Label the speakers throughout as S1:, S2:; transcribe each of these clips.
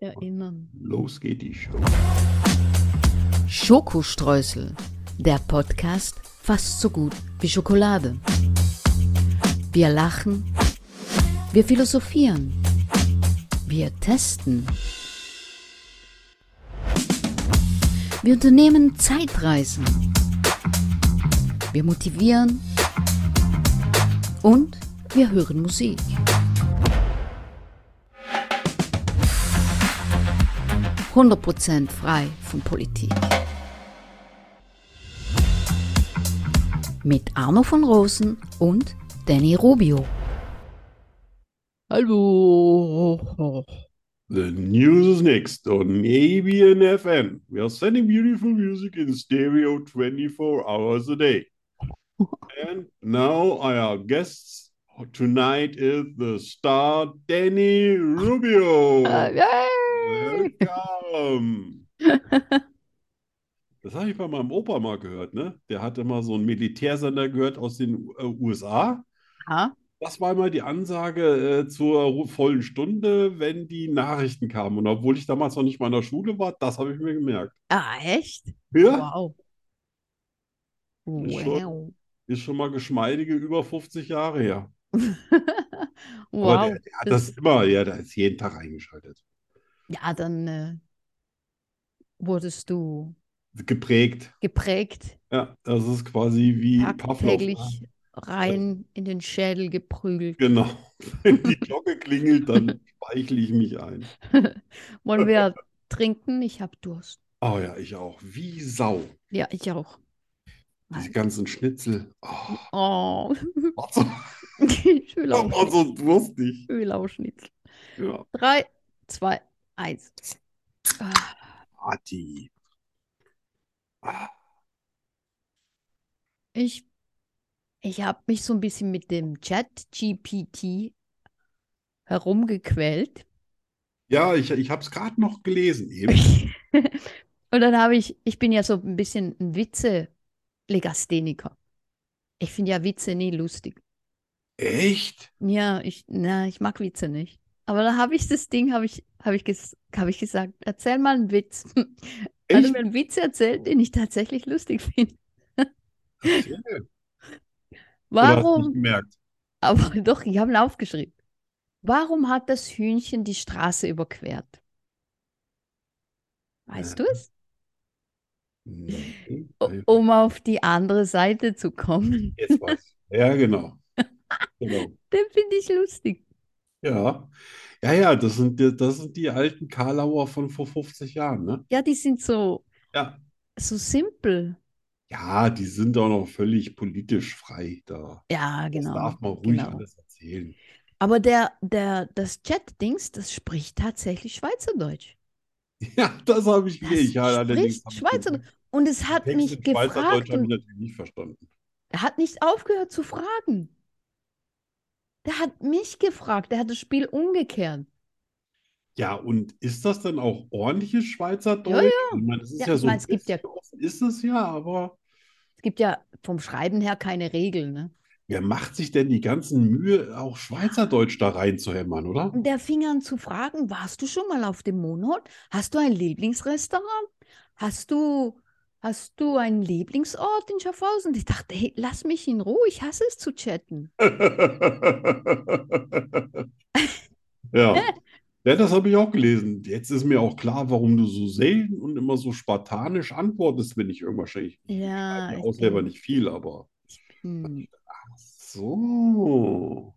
S1: erinnern.
S2: Ah. Los geht die Show.
S3: Schokostreusel, der Podcast fast so gut wie Schokolade. Wir lachen, wir philosophieren, wir testen. Wir unternehmen Zeitreisen. Wir motivieren und wir hören Musik. Prozent frei von Politik. Mit Arno von Rosen und Danny Rubio.
S1: Hallo.
S2: The news is next on ABN FM. We are sending beautiful music in stereo 24 hours a day. and now our guests tonight is the star Danny Rubio.
S1: Äh, yay.
S2: Welcome. Das habe ich bei meinem Opa mal gehört, ne? Der hat immer so einen Militärsender gehört aus den äh, USA.
S1: Ja.
S2: Das war immer die Ansage äh, zur ru- vollen Stunde, wenn die Nachrichten kamen. Und obwohl ich damals noch nicht mal in der Schule war, das habe ich mir gemerkt.
S1: Ah, echt?
S2: Ja,
S1: Wow.
S2: Ist schon- ist schon mal geschmeidige über 50 Jahre her. Aber
S1: Wow.
S2: der, der hat das immer, ja, der ist jeden Tag eingeschaltet.
S1: Ja, dann äh, wurdest du
S2: Geprägt.
S1: geprägt,
S2: Ja, das ist quasi wie Pavlov. ah.
S1: tagtäglich rein in den Schädel geprügelt.
S2: Genau. Wenn die Glocke klingelt, dann speichle ich mich ein.
S1: Wollen wir trinken? Ich habe Durst.
S2: Oh ja, ich auch. Wie Sau.
S1: Ja, ich auch.
S2: Diese ganzen Schnitzel. Oh,
S1: Oh,
S2: macht so,
S1: ich will auch,
S2: macht so durstig.
S1: ich will auch Schnitzel.
S2: Ja.
S1: Drei, zwei, eins. Ah,
S2: Party. Ah,
S1: Ich, ich habe mich so ein bisschen mit dem Chat-GPT herumgequält.
S2: Ja, ich, ich habe es gerade noch gelesen eben.
S1: Und dann habe ich, ich bin ja so ein bisschen ein Witze-Legastheniker. Ich finde ja Witze nie lustig.
S2: Echt?
S1: Ja, ich, na, ich mag Witze nicht. Aber da habe ich das Ding, habe ich, habe ich, ges, habe ich gesagt, erzähl mal einen Witz. Hat er
S2: Echt?
S1: mir einen Witz erzählt, den ich tatsächlich lustig finde.
S2: Erzähl. Oder hast du
S1: Warum?
S2: nicht gemerkt?
S1: Aber doch, ich habe ihn aufgeschrieben. Warum hat das Hühnchen die Straße überquert? Weißt du es?
S2: Nein.
S1: O- Um auf die andere Seite zu kommen.
S2: Jetzt was. Ja, genau. Genau.
S1: Den finde ich lustig.
S2: Ja. Ja, ja, das sind, die- das sind die alten Karlauer von vor 50 Jahren, ne?
S1: Ja, die sind so,
S2: Ja.
S1: so simpel.
S2: Ja, die sind auch noch völlig politisch frei da.
S1: Ja,
S2: Das
S1: genau.
S2: darf man ruhig
S1: genau.
S2: alles erzählen.
S1: Aber der, der, das Chat-Dings, das spricht tatsächlich Schweizerdeutsch.
S2: Ja, das habe ich
S1: Das
S2: mir. Ich habe allerdings
S1: spricht Schweizerdeutsch. Und es hat
S2: Text
S1: mich
S2: in Schweizerdeutsch
S1: gefragt
S2: habe ich
S1: und
S2: natürlich nicht verstanden.
S1: er hat nicht aufgehört zu fragen. Der hat mich gefragt. Der hat das Spiel umgekehrt.
S2: Ja, und ist das denn auch ordentliches Schweizerdeutsch?
S1: Ja,
S2: Ich meine, das ist
S1: Ja,
S2: ja
S1: ich
S2: so
S1: meine,
S2: ein
S1: es gibt ja-
S2: bisschen offen ist es ja, aber
S1: Es gibt ja vom Schreiben her keine Regeln, ne?
S2: wer macht sich denn die ganzen Mühe, auch Schweizerdeutsch da reinzuhämmern, oder?
S1: Und der fing an zu fragen, warst du schon mal auf dem Monat? Hast du ein Lieblingsrestaurant? Hast du, hast du einen Lieblingsort in Schaffhausen? Ich dachte, hey, lass mich in Ruhe, ich hasse es zu chatten.
S2: Ja. Ja, das habe ich auch gelesen. Jetzt ist mir auch klar, warum du so selten und immer so spartanisch antwortest, wenn ich irgendwas schenke.
S1: Ja,
S2: Ja,
S1: ich
S2: auch selber
S1: bin-
S2: nicht viel, aber.
S1: Hm,
S2: Ach so,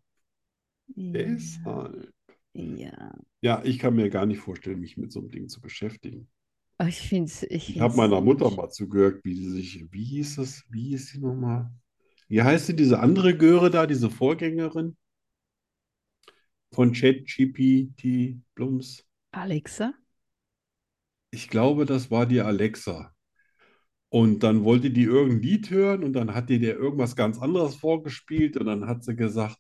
S1: Hm, ja,
S2: deshalb.
S1: ja.
S2: Ja, ich kann mir gar nicht vorstellen, mich mit so einem Ding zu beschäftigen.
S1: Aber Ich finde es, ich
S2: Ich habe
S1: find's
S2: meiner Mutter
S1: komisch.
S2: mal zugehört, wie sie sich, wie hieß es, wie hieß sie nochmal? Wie heißt sie, diese andere Göre da, diese Vorgängerin von ChatGPT Blums?
S1: Alexa?
S2: Ich glaube, das war die Alexa. Und dann wollte die irgendein Lied hören und dann hat die der irgendwas ganz anderes vorgespielt und dann hat sie gesagt,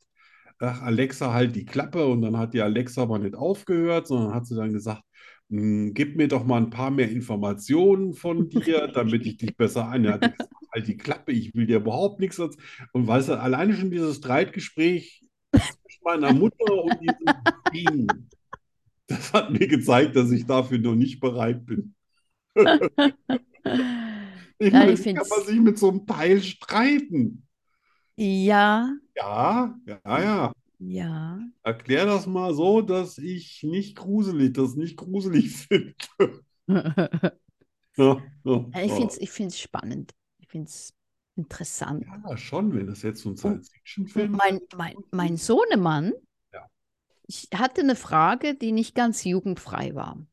S2: ach Alexa, halt die Klappe und dann hat die Alexa aber nicht aufgehört, sondern hat sie dann gesagt, "Hm, gib mir doch mal ein paar mehr Informationen von dir, damit ich dich besser ein. Dann hat die gesagt, halt die Klappe, ich will dir überhaupt nichts. sonst." Und weißt du, alleine schon dieses Streitgespräch zwischen meiner Mutter und diesem Ding. Das hat mir gezeigt, dass ich dafür noch nicht bereit bin. Ich
S1: Ja,
S2: meine,
S1: ich
S2: wie kann
S1: find's-
S2: man sich mit so einem Teil streiten?
S1: Ja,
S2: Ja, ja, ja.
S1: ja.
S2: Erklär das mal so, dass ich nicht gruselig, das nicht gruselig finde. Ja, ja,
S1: Ja, Ich
S2: ja.
S1: finde es ich find's spannend. Ich finde es interessant.
S2: Oh. Ja, schon, wenn das jetzt so ein Science-Fiction-Film
S1: Mein, mein, mein Sohnemann,
S2: Ja.
S1: ich hatte eine Frage, die nicht ganz jugendfrei war.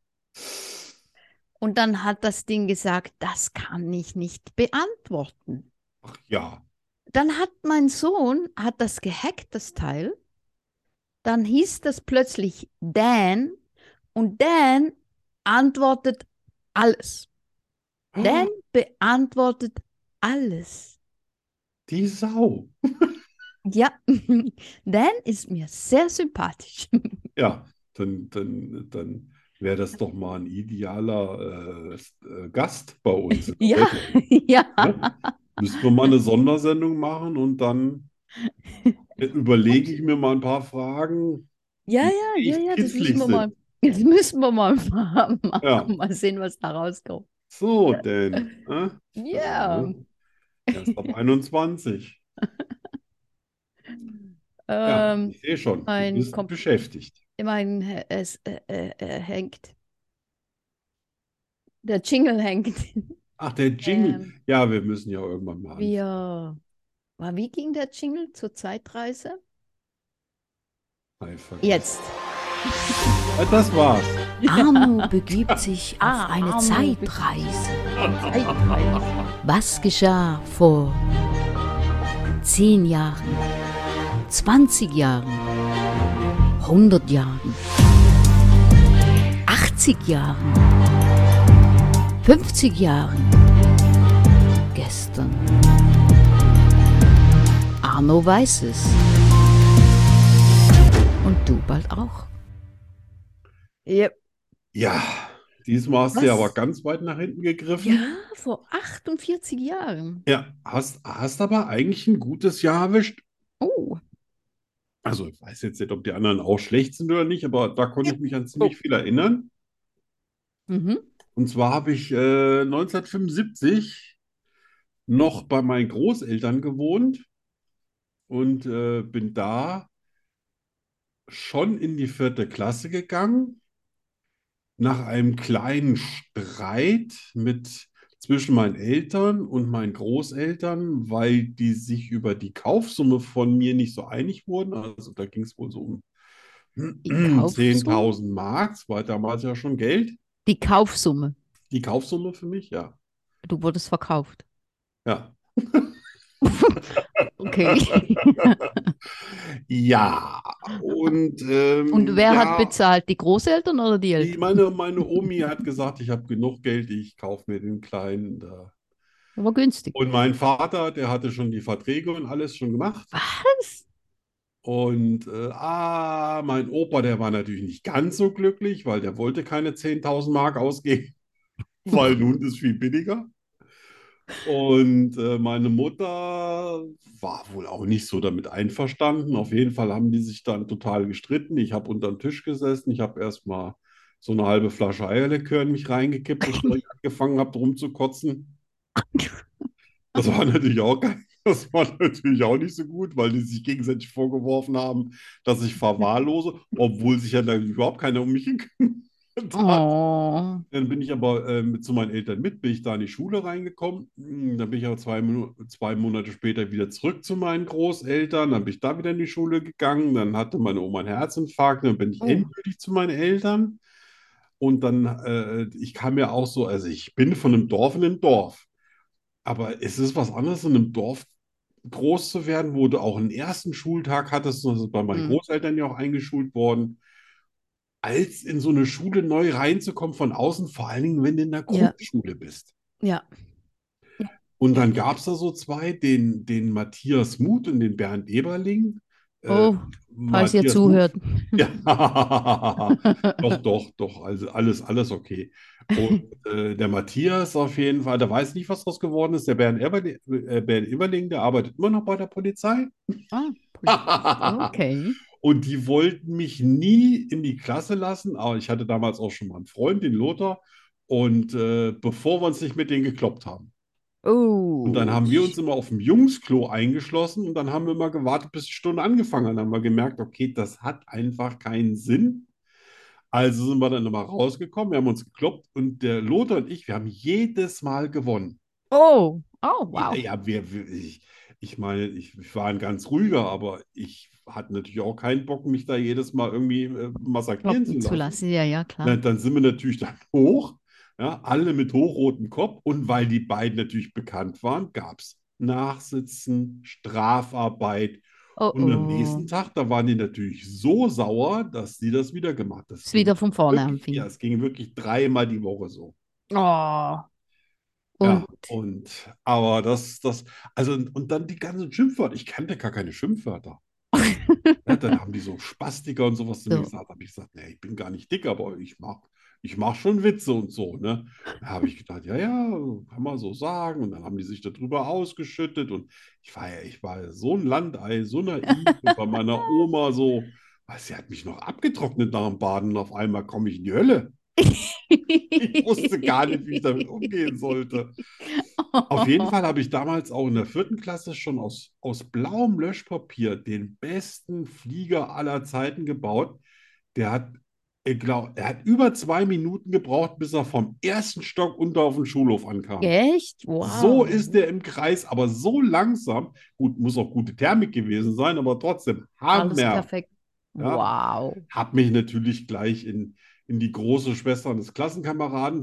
S1: Und dann hat das Ding gesagt, das kann ich nicht beantworten.
S2: Ach ja,
S1: Dann hat mein Sohn, hat das gehackt, das Teil. Dann hieß das plötzlich Dan. Und Dan antwortet alles.
S2: Ah.
S1: Dan beantwortet alles.
S2: die Sau.
S1: Ja, Dan ist mir sehr sympathisch.
S2: Ja, dann, dann, dann wäre das doch mal ein idealer äh, Gast bei uns in der
S1: Ja.
S2: Sendung,
S1: Ja,
S2: ne? Müssen wir mal eine Sondersendung machen und dann überlege ich mir mal ein paar Fragen.
S1: ja, ja, ja,
S2: Echt
S1: ja, das müssen
S2: kitzlig
S1: wir
S2: sind.
S1: mal, das müssen wir mal machen.
S2: Ja.
S1: Mal sehen, was da rauskommt.
S2: So, denn, äh?
S1: Ja.
S2: Erst ab 21. Ja,
S1: Ähm,
S2: ich sehe schon, du
S1: ein
S2: bist
S1: Kom-
S2: beschäftigt.
S1: ich meine, es äh, äh, äh, hängt. Der Jingle hängt.
S2: Ach, der Jingle.
S1: Ähm.
S2: Ja, wir müssen ja irgendwann mal anfangen.
S1: Wir, war, wie ging der Jingle zur Zeitreise?
S2: Nein, vergiss.
S1: Jetzt.
S2: Ja, Das war's.
S3: Arno begibt sich
S1: Ah,
S3: auf eine
S1: Arno begibt-
S3: Zeitreise.
S1: Zeitreise.
S3: Was geschah vor 10 Jahren, 20 Jahren, 100 Jahren, 80 Jahren, 50 Jahren, gestern? Arno weiß es. Und du bald auch.
S1: Yep.
S2: Ja, diesmal hast du ja
S1: Was?
S2: aber ganz weit nach hinten gegriffen.
S1: Ja, vor 48 Jahren.
S2: Ja, hast, hast aber eigentlich ein gutes Jahr erwischt.
S1: Oh,
S2: Also, ich weiß jetzt nicht, ob die anderen auch schlecht sind oder nicht, aber da konnte ich mich an ziemlich viel erinnern.
S1: mhm.
S2: Und zwar habe ich äh, 1975 noch bei meinen Großeltern gewohnt und äh, bin da schon in die vierte Klasse gegangen. Nach einem kleinen Streit mit zwischen meinen Eltern und meinen Großeltern, weil die sich über die Kaufsumme von mir nicht so einig wurden. Also da ging es wohl so um
S1: Kaufsumme?
S2: 10.000 Mark, das war damals ja schon Geld.
S1: Die Kaufsumme.
S2: Die Kaufsumme für mich, ja.
S1: Du wurdest verkauft.
S2: Ja.
S1: Okay.
S2: Ja. Und, ähm,
S1: Und wer
S2: ja,
S1: hat bezahlt? Die Großeltern oder die
S2: die-
S1: Eltern?
S2: Meine, meine Omi hat gesagt, ich habe genug Geld, ich kaufe mir den Kleinen da.
S1: War günstig.
S2: Und mein Vater, der hatte schon die Verträge und alles schon gemacht.
S1: Was?
S2: Und äh, ah, mein Opa, der war natürlich nicht ganz so glücklich, weil der wollte keine 10.000 Mark ausgeben, weil ein Hund ist viel billiger. Und äh, meine Mutter war wohl auch nicht so damit einverstanden. Auf jeden Fall haben die sich dann total gestritten. Ich habe unterm Tisch gesessen. Ich habe erstmal so eine halbe Flasche Eierlikör in mich reingekippt, bevor ich angefangen habe, rumzukotzen. Das war natürlich auch geil. Das war natürlich auch nicht so gut, weil die sich gegenseitig vorgeworfen haben, dass ich verwahrlose, obwohl sich ja da überhaupt keiner um mich gekümmert hat.
S1: Oh.
S2: Dann bin ich aber äh, mit zu meinen Eltern mit, bin ich da in die Schule reingekommen. Hm, Dann bin ich aber zwei, Minu- zwei Monate später wieder zurück zu meinen Großeltern. Dann bin ich da wieder in die Schule gegangen. Dann hatte meine Oma einen Herzinfarkt. Dann bin ich
S1: Oh.
S2: endgültig zu meinen Eltern. Und dann, äh, ich kam ja auch so, also ich bin von einem Dorf in ein Dorf. Aber es ist was anderes, in einem Dorf groß zu werden, wo du auch einen ersten Schultag hattest. Das ist bei meinen
S1: Mhm.
S2: Großeltern ja auch eingeschult worden als in so eine Schule neu reinzukommen von außen, vor allen Dingen, wenn du in der
S1: Ja.
S2: Grundschule bist.
S1: Ja.
S2: Und dann gab es da so zwei, den, den Matthias Muth und den Bernd Eberling. Äh,
S1: Oh, falls ihr
S2: Matthias
S1: zuhört.
S2: Muth- Ja, doch, doch, doch, also alles, alles okay. Und äh, der Matthias auf jeden Fall, der weiß nicht, was draus geworden ist. Der Bernd Eberling, äh, Bernd Eberling, der arbeitet immer noch bei der Polizei.
S1: Ah, Okay.
S2: Und die wollten mich nie in die Klasse lassen, aber ich hatte damals auch schon mal einen Freund, den Lothar, und äh, bevor wir uns nicht mit denen gekloppt haben.
S3: Oh.
S2: Und dann haben wir uns immer auf dem Jungsklo eingeschlossen und dann haben wir immer gewartet, bis die Stunde angefangen hat. Dann haben wir gemerkt, okay, das hat einfach keinen Sinn. Also sind wir dann immer rausgekommen, wir haben uns gekloppt und der Lothar und ich, wir haben jedes Mal gewonnen.
S1: Oh, oh, wow.
S2: Ja, wir, wir, ich, ich meine, ich, ich war ein ganz ruhiger, aber ich hatte natürlich auch keinen Bock, mich da jedes Mal irgendwie äh, massakrieren
S3: Kloppen
S2: zu
S3: zu
S2: lassen.
S3: lassen, ja, ja, klar.
S2: Dann, dann sind wir natürlich dann hoch, ja, alle mit hochrotem Kopf. Und weil die beiden natürlich bekannt waren, gab es Nachsitzen, Strafarbeit.
S3: Oh,
S2: Und am
S3: oh.
S2: nächsten Tag, da waren die natürlich so sauer, dass sie das wieder gemacht haben.
S3: Ist wieder von vorne
S2: wirklich, ja,
S3: anfing.
S2: es ging wirklich dreimal die Woche so.
S1: Oh.
S2: Ja,
S3: Und
S2: und aber das, das, also und dann die ganzen Schimpfwörter. Ich kannte gar keine Schimpfwörter. Ja, dann haben die so Spastiker und sowas zu mir
S3: So.
S2: gesagt. Habe ich gesagt, nee, ich bin gar nicht dick, aber ich mach, ich mach schon Witze und so. Ne? Da habe ich gedacht, ja, ja, kann man so sagen. Und dann haben die sich darüber ausgeschüttet. Und ich war ja, ich war ja so ein Landei, so naiv. Und bei meiner Oma so, was, sie hat mich noch abgetrocknet nach dem Baden und auf einmal komme ich in die Hölle. Ich wusste gar nicht, wie ich damit umgehen sollte. Auf jeden Fall habe ich damals auch in der vierten Klasse schon aus, aus blauem Löschpapier den besten Flieger aller Zeiten gebaut. Der hat, ich glaub, er hat über zwei Minuten gebraucht, bis er vom ersten Stock unter auf den Schulhof ankam.
S1: Echt?
S2: So
S1: Wow.
S2: ist der im Kreis, aber so langsam. Gut, muss auch gute Thermik gewesen sein, aber trotzdem,
S3: alles
S2: Hammer.
S3: perfekt.
S2: Ja.
S3: Wow.
S2: Hab mich natürlich gleich in, in die große Schwester eines Klassenkameraden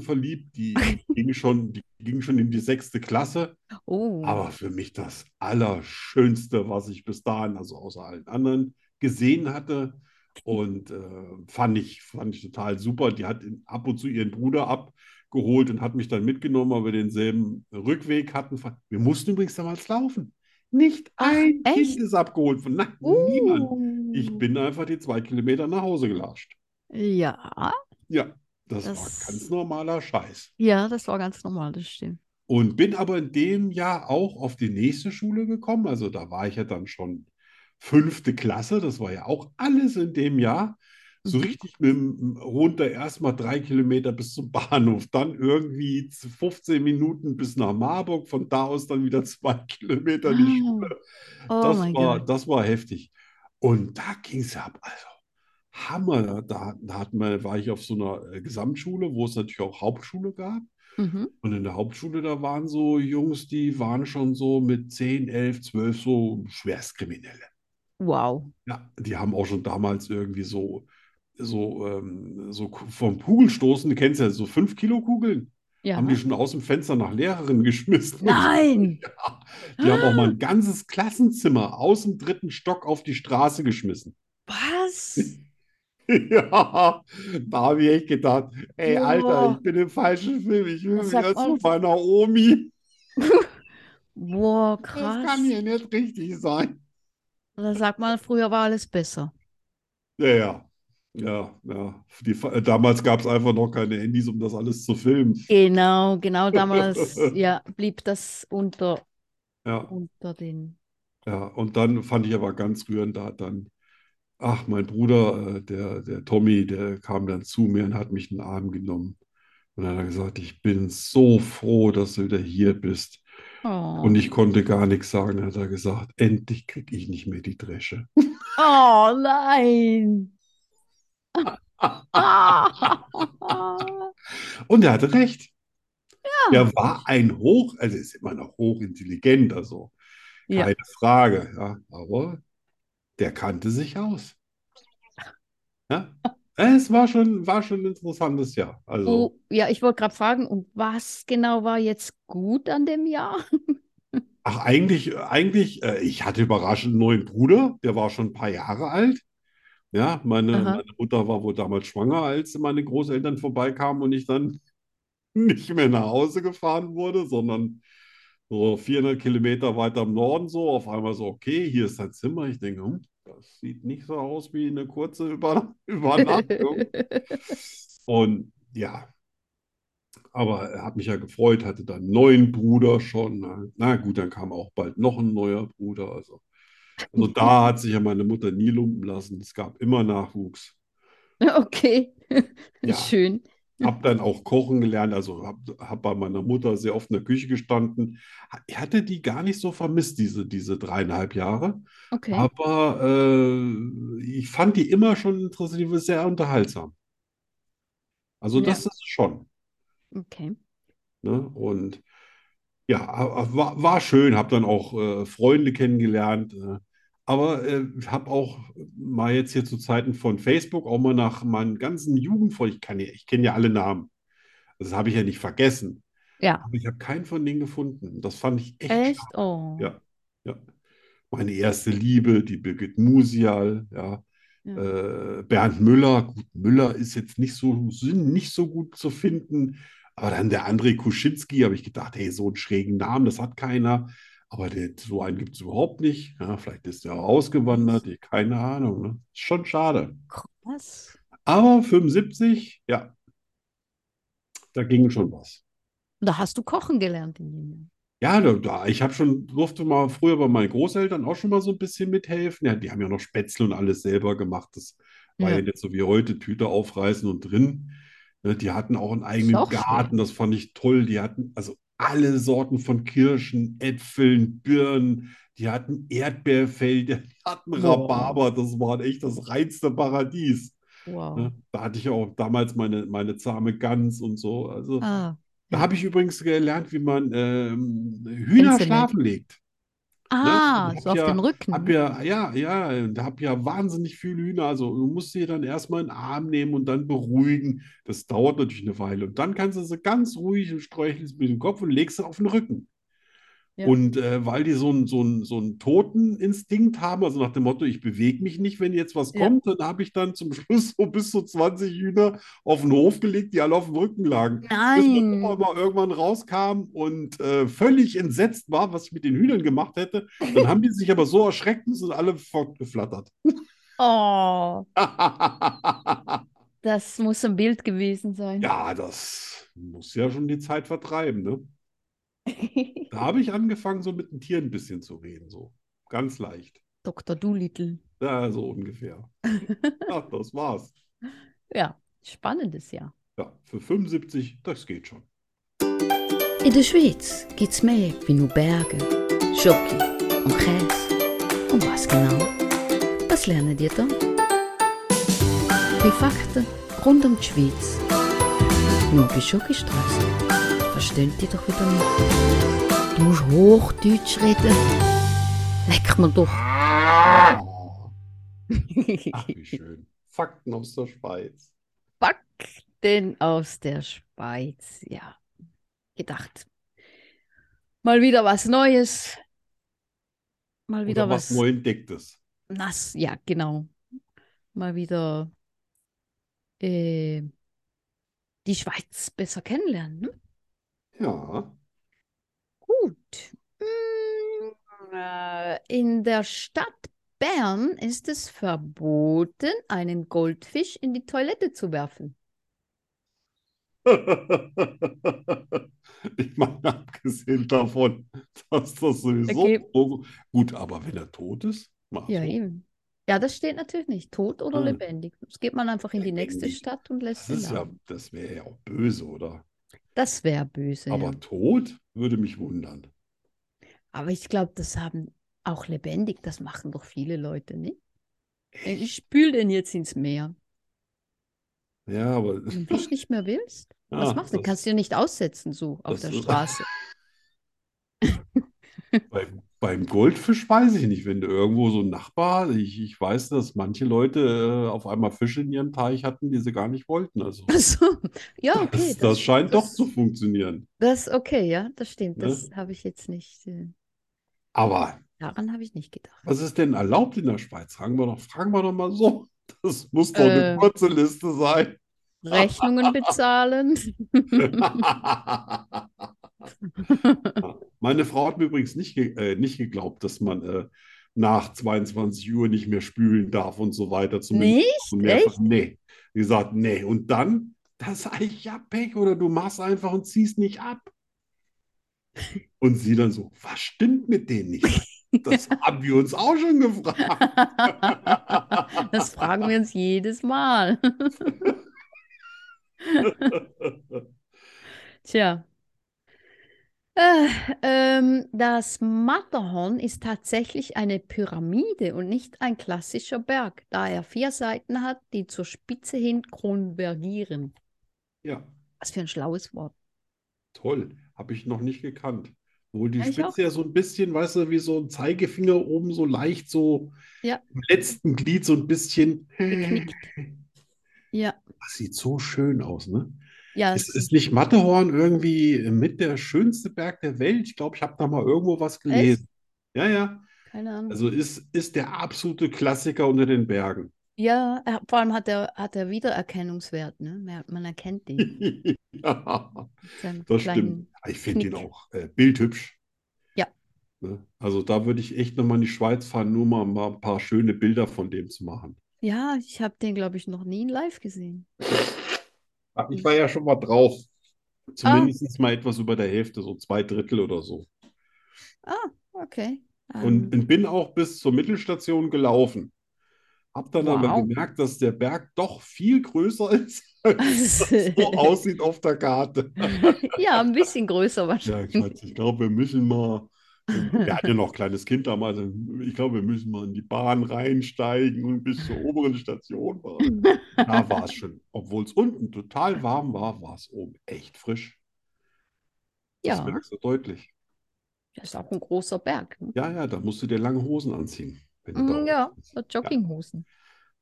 S2: verliebt. Die ging schon, die ging schon in die sechste Klasse.
S3: Oh.
S2: Aber für mich das Allerschönste, was ich bis dahin, also außer allen anderen, gesehen hatte. Und äh, fand ich, fand ich total super. Die hat in, ab und zu ihren Bruder abgeholt und hat mich dann mitgenommen, weil wir denselben Rückweg hatten. Wir mussten übrigens damals laufen. Nicht
S1: Ach,
S2: ein Kind
S1: echt?
S2: ist abgeholt von nein, niemand. Ich
S1: Uh.
S2: bin einfach die zwei Kilometer nach Hause gelatscht.
S1: Ja,
S2: Ja, das war
S1: Das-
S2: ganz normaler Scheiß.
S1: ja, das war ganz normal, das stimmt.
S2: Und bin aber in dem Jahr auch auf die nächste Schule gekommen. Also da war ich ja dann schon fünfte Klasse. Das war ja auch alles in dem Jahr. So
S1: Mhm.
S2: richtig mit dem runter erstmal drei Kilometer bis zum Bahnhof, dann irgendwie 15 Minuten bis nach Marburg, von da aus dann wieder zwei Kilometer in die
S1: Wow.
S2: Schule.
S1: Oh
S2: Das
S1: mein
S2: war,
S1: Gott.
S2: das war heftig. Und da ging es ja ab. Also Hammer. Da, da hatten wir, war ich auf so einer äh, Gesamtschule, wo es natürlich auch Hauptschule gab.
S1: Mhm.
S2: Und in der Hauptschule, da waren so Jungs, die waren schon so mit 10, 11, 12 so Schwerstkriminelle.
S1: Wow.
S2: Ja, die haben auch schon damals irgendwie so, so, ähm, so Ku- vom Kugelstoßen, du kennst ja so 5 Kilo Kugeln, haben die
S1: Ja.
S2: schon aus dem Fenster nach Lehrerinnen geschmissen und so.
S1: Nein.
S2: Ja, die haben auch mal ein ganzes Klassenzimmer aus dem dritten Stock auf die Straße geschmissen.
S1: Was?
S2: Ja, da habe ich echt gedacht, ey, Alter, ich
S1: Boah.
S2: bin im falschen Film, ich will
S1: Das ist ja
S2: wieder zu
S1: voll-
S2: meiner Omi.
S1: Boah,
S2: Das kann
S1: krass.
S2: hier nicht richtig sein.
S1: Da sagt man, früher war alles besser.
S2: Ja, ja. Ja, ja. Die, Fa- äh, damals gab es einfach noch keine Handys, um das alles zu filmen.
S1: Genau, genau damals, ja, blieb das unter,
S2: Ja,
S1: unter den.
S2: ja. Und dann fand ich aber ganz rührend, da hat dann, ach, mein Bruder, äh, der, der Tommy, der kam dann zu mir und hat mich in den Arm genommen. Und dann hat er gesagt, ich bin so froh, dass du wieder hier bist.
S1: Oh.
S2: Und ich konnte gar nichts sagen. Dann hat er gesagt, endlich kriege ich nicht mehr die Dresche.
S1: Oh nein.
S2: Und er hatte recht.
S1: Ja.
S2: Er war ein hoch, also ist immer noch hochintelligent, also
S1: Ja.
S2: keine Frage, ja, aber der kannte sich aus. Ja? Es war schon, war schon ein interessantes Jahr. Also,
S1: Oh, ja, ich wollte gerade fragen, und was genau war jetzt gut an dem Jahr?
S2: ach, eigentlich, eigentlich, äh, ich hatte überraschend einen neuen Bruder, der war schon ein paar Jahre alt. Ja, meine,
S1: Aha.
S2: meine Mutter war wohl damals schwanger, als meine Großeltern vorbeikamen und ich dann nicht mehr nach Hause gefahren wurde, sondern so 400 Kilometer weiter im Norden so. Auf einmal so, okay, hier ist dein Zimmer. Ich denke, hm, das sieht nicht so aus wie eine kurze Über Übernachtung. Und ja, aber er hat mich ja gefreut, hatte ne? dann einen neuen Bruder schon. Na, na gut, dann kam auch bald noch ein neuer Bruder. Also Also da hat sich ja meine Mutter nie lumpen lassen. Es gab immer Nachwuchs.
S1: Okay,
S2: Ja.
S1: schön.
S2: Hab dann auch kochen gelernt, also hab, hab bei meiner Mutter sehr oft in der Küche gestanden. Ich hatte die gar nicht so vermisst, diese, diese dreieinhalb Jahre.
S1: Okay.
S2: Aber äh, ich fand die immer schon interessant, die war sehr unterhaltsam. Also
S1: Ja.
S2: das ist schon.
S1: Okay.
S2: Ne? Und ja, a- a- war, war schön, habe dann auch äh, Freunde kennengelernt. Äh, aber äh, habe auch mal jetzt hier zu Zeiten von Facebook auch mal nach meinen ganzen Jugendfreunden, ich kann ja, ich kenne ja alle Namen. Das habe ich ja nicht vergessen.
S1: Ja.
S2: Aber ich habe keinen von denen gefunden. Das fand ich echt, schade.
S1: Echt? Oh.
S2: Ja. Ja. Meine erste Liebe, die Birgit Musial, ja.
S1: Ja.
S2: Äh, Bernd Müller, gut, Müller ist jetzt nicht so, sind nicht so gut zu finden, aber dann der André Kuschinski, habe ich gedacht, hey, so einen schrägen Namen, das hat keiner, aber der, so einen gibt es überhaupt nicht. Ja, vielleicht ist der auch ausgewandert, ich- keine Ahnung, ne? Ist schon schade.
S1: Krass.
S2: Aber 75, ja, da ging schon was.
S1: Da hast du kochen gelernt in dem Jahr.
S2: Ja, da, da, ich habe schon, durfte mal früher bei meinen Großeltern auch schon mal so ein bisschen mithelfen. Ja, die haben ja noch Spätzle und alles selber gemacht. Das war ja
S1: Ja.
S2: nicht so wie heute, Tüte aufreißen und drin. Ne, die hatten auch einen
S1: Ist
S2: eigenen
S1: auch schön.
S2: Garten, das fand ich toll. Die hatten also alle Sorten von Kirschen, Äpfeln, Birnen, die hatten Erdbeerfelder, die hatten
S1: Wow.
S2: Rhabarber, das war echt das reinste Paradies.
S1: Wow.
S2: Ne, da hatte ich ja auch damals meine, meine zahme Gans und so. Also.
S1: Ah.
S2: Da habe ich übrigens gelernt, wie man ähm, Hühner
S1: Inseln.
S2: schlafen legt.
S1: Ah,
S2: ne, ich hab
S1: so auf
S2: ja-
S1: den Rücken.
S2: Hab ja, ja, ja, und hab ja wahnsinnig viele Hühner. Also du musst sie dann erstmal in den Arm nehmen und dann beruhigen. Das dauert natürlich eine Weile. Und dann kannst du sie ganz ruhig und streichelst mit dem Kopf und legst sie auf den Rücken.
S1: Ja.
S2: Und äh, weil die so einen so einen- so einen Toteninstinkt haben, also nach dem Motto, ich bewege mich nicht, wenn jetzt was
S1: Ja.
S2: kommt, dann habe ich dann zum Schluss so bis zu 20 Hühner auf den Hof gelegt, die alle auf dem Rücken lagen. Bis
S1: Nein.
S2: mein Opa mal irgendwann rauskam und äh, völlig entsetzt war, was ich mit den Hühnern gemacht hätte. Dann haben die sich aber so erschreckt und sind alle fortgeflattert.
S1: Oh,
S2: ja,
S1: das muss ein Bild gewesen sein.
S2: das muss ja schon die Zeit vertreiben, ne? Da habe ich angefangen, so mit den Tieren ein bisschen zu reden, so ganz leicht.
S1: Dr. Doolittle.
S2: Ja, so ungefähr. Ach, das war's.
S1: Ja, spannendes Jahr.
S2: Ja, für 75, das geht schon.
S3: In der Schweiz gibt es mehr wie nur Berge, Schoki und Käse. Und was genau? Was lernen die da? Die Fakten rund um die Schweiz. Nur bei Schokistraße verstehen die doch wieder nicht. Du musst Hochdeutsch reden. Leck mir doch.
S2: Ach, wie schön. Fakten aus der Schweiz.
S1: Fakten aus der Schweiz. Ja, gedacht. Mal wieder was Neues. Mal wieder
S2: Oder was
S1: was,
S2: neu entdecktes.
S1: nass. Ja, genau. Mal wieder äh, die Schweiz besser kennenlernen. Ne?
S2: Ja.
S1: Gut. Mm, äh, In der Stadt Bern ist es verboten, einen Goldfisch in die Toilette zu werfen.
S2: Ich meine, abgesehen davon, dass das sowieso.
S1: Okay.
S2: so- Gut, aber wenn er tot ist, mach
S1: Ja,
S2: so.
S1: eben. Ja, das steht natürlich nicht. Tot oder
S2: Ah.
S1: lebendig. Das geht man einfach in die nächste
S2: Lebendig.
S1: Stadt und lässt
S2: Das
S1: ihn
S2: ist ja,
S1: laufen.
S2: das wäre ja auch böse, oder?
S1: Das wäre böse.
S2: Aber
S1: ja.
S2: tot würde mich wundern.
S1: Aber ich glaube, das haben auch lebendig, das machen doch viele Leute, nicht? Ich spül den jetzt ins Meer.
S2: Ja, aber.
S1: Wenn du den Fisch nicht mehr willst,
S2: Ah,
S1: was machst du?
S2: das-
S1: Kannst du ihn nicht aussetzen, so auf der
S2: das ist-
S1: Straße.
S2: Beim, beim Goldfisch weiß ich nicht, wenn du irgendwo so einen Nachbar, ich, ich weiß, dass manche Leute äh, auf einmal Fische in ihrem Teich hatten, die sie gar nicht wollten. Also
S1: Ach so. Ja,
S2: das,
S1: okay.
S2: das, scheint
S1: das-
S2: doch zu funktionieren.
S1: Das, okay, ja, das stimmt.
S2: Ne?
S1: Das habe ich jetzt nicht, äh,
S2: Aber
S1: daran habe ich nicht gedacht.
S2: was ist denn erlaubt in der Schweiz? Fragen wir doch, fragen wir doch mal so. Das muss doch eine
S1: Äh.
S2: kurze Liste sein.
S1: Rechnungen bezahlen.
S2: Meine Frau hat mir übrigens nicht, ge äh, nicht geglaubt, dass man äh, nach 22 Uhr nicht mehr spülen darf und so weiter. Zumindest
S1: Nicht?
S2: Und mehrfach,
S1: Echt?
S2: nee. Die sagt, nee. Und dann, das sag ich ja Pech oder du machst einfach und ziehst nicht ab. Und sie dann so, was stimmt mit denen nicht? Das haben wir uns auch schon gefragt.
S1: Das fragen wir uns jedes Mal. Tja. Äh, ähm, das Matterhorn ist tatsächlich eine Pyramide und nicht ein klassischer Berg, da er vier Seiten hat, die zur Spitze hin konvergieren.
S2: Ja,
S1: Was für ein schlaues Wort.
S2: toll. Habe ich noch nicht gekannt. Wohl die
S1: Ja, ich
S2: Spitze
S1: auch.
S2: ja so ein bisschen, weißt du, wie so ein Zeigefinger oben so leicht so
S1: Ja.
S2: im letzten Glied so ein bisschen.
S1: Geknickt. Ja,
S2: Das sieht so schön aus, ne?
S1: ja,
S2: Ist, ist nicht Matterhorn irgendwie mit der schönste Berg der Welt? Ich glaube, ich habe da mal irgendwo was gelesen. Ja, ja.
S1: keine Ahnung.
S2: Also ist, ist der absolute Klassiker unter den Bergen.
S1: Ja, er- vor allem hat er hat er Wiedererkennungswert, ne? Man- Man erkennt den.
S2: Ja,
S1: mit seinem
S2: das
S1: kleinen-
S2: stimmt. Ah, Ich finde den
S1: Knick.
S2: auch äh, bildhübsch.
S1: Ja.
S2: Ne? Also da würde ich echt nochmal in die Schweiz fahren, nur mal, mal ein paar schöne Bilder von dem zu machen.
S1: Ja, ich habe den, glaube ich, noch nie live gesehen.
S2: Ach, Ah, ich war ja schon mal drauf. Zumindest mal etwas über der Hälfte, so zwei Drittel oder so.
S1: Ah, okay.
S2: Und,
S1: Ähm,
S2: und bin auch bis zur Mittelstation gelaufen. Hab dann aber
S1: Wow.
S2: gemerkt, dass der Berg doch viel größer ist, als es so aussieht auf der Karte.
S1: ja, ein bisschen größer
S2: Ja,
S1: wahrscheinlich.
S2: Schatz, ich glaube, wir müssen mal. Wir hatten ja noch ein kleines Kind damals. Ich glaube, wir müssen mal in die Bahn reinsteigen und bis zur oberen Station fahren. Da war es schon. Obwohl es unten total warm war, war es oben echt frisch. Das
S1: Ja,
S2: merkst du deutlich.
S1: das ist auch ein großer Berg. Ne?
S2: Ja, ja, da musst du dir lange Hosen anziehen. Wenn du da
S1: Mm,
S2: oben
S1: Ja,
S2: bist.
S1: so Jogginghosen.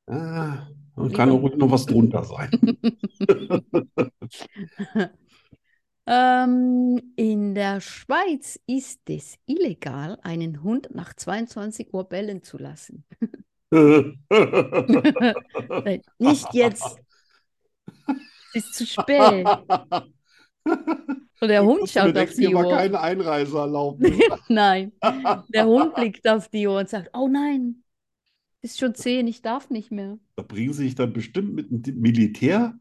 S2: Ah, dann kann auch ruhig noch was drunter sein.
S1: Ähm, in der Schweiz ist es illegal, einen Hund nach 22 Uhr bellen zu lassen. Nein, Nicht jetzt. Es ist zu spät. Und der Hund
S2: Dass du mir
S1: schaut auf
S2: nächstes
S1: die
S2: Mal
S1: Uhr.
S2: keine Einreiseerlaubnis.
S1: Nein, der Hund blickt auf die Uhr und sagt, oh nein, ist schon zehn, ich darf nicht mehr.
S2: Da bringen sie dich dann bestimmt mit dem Militär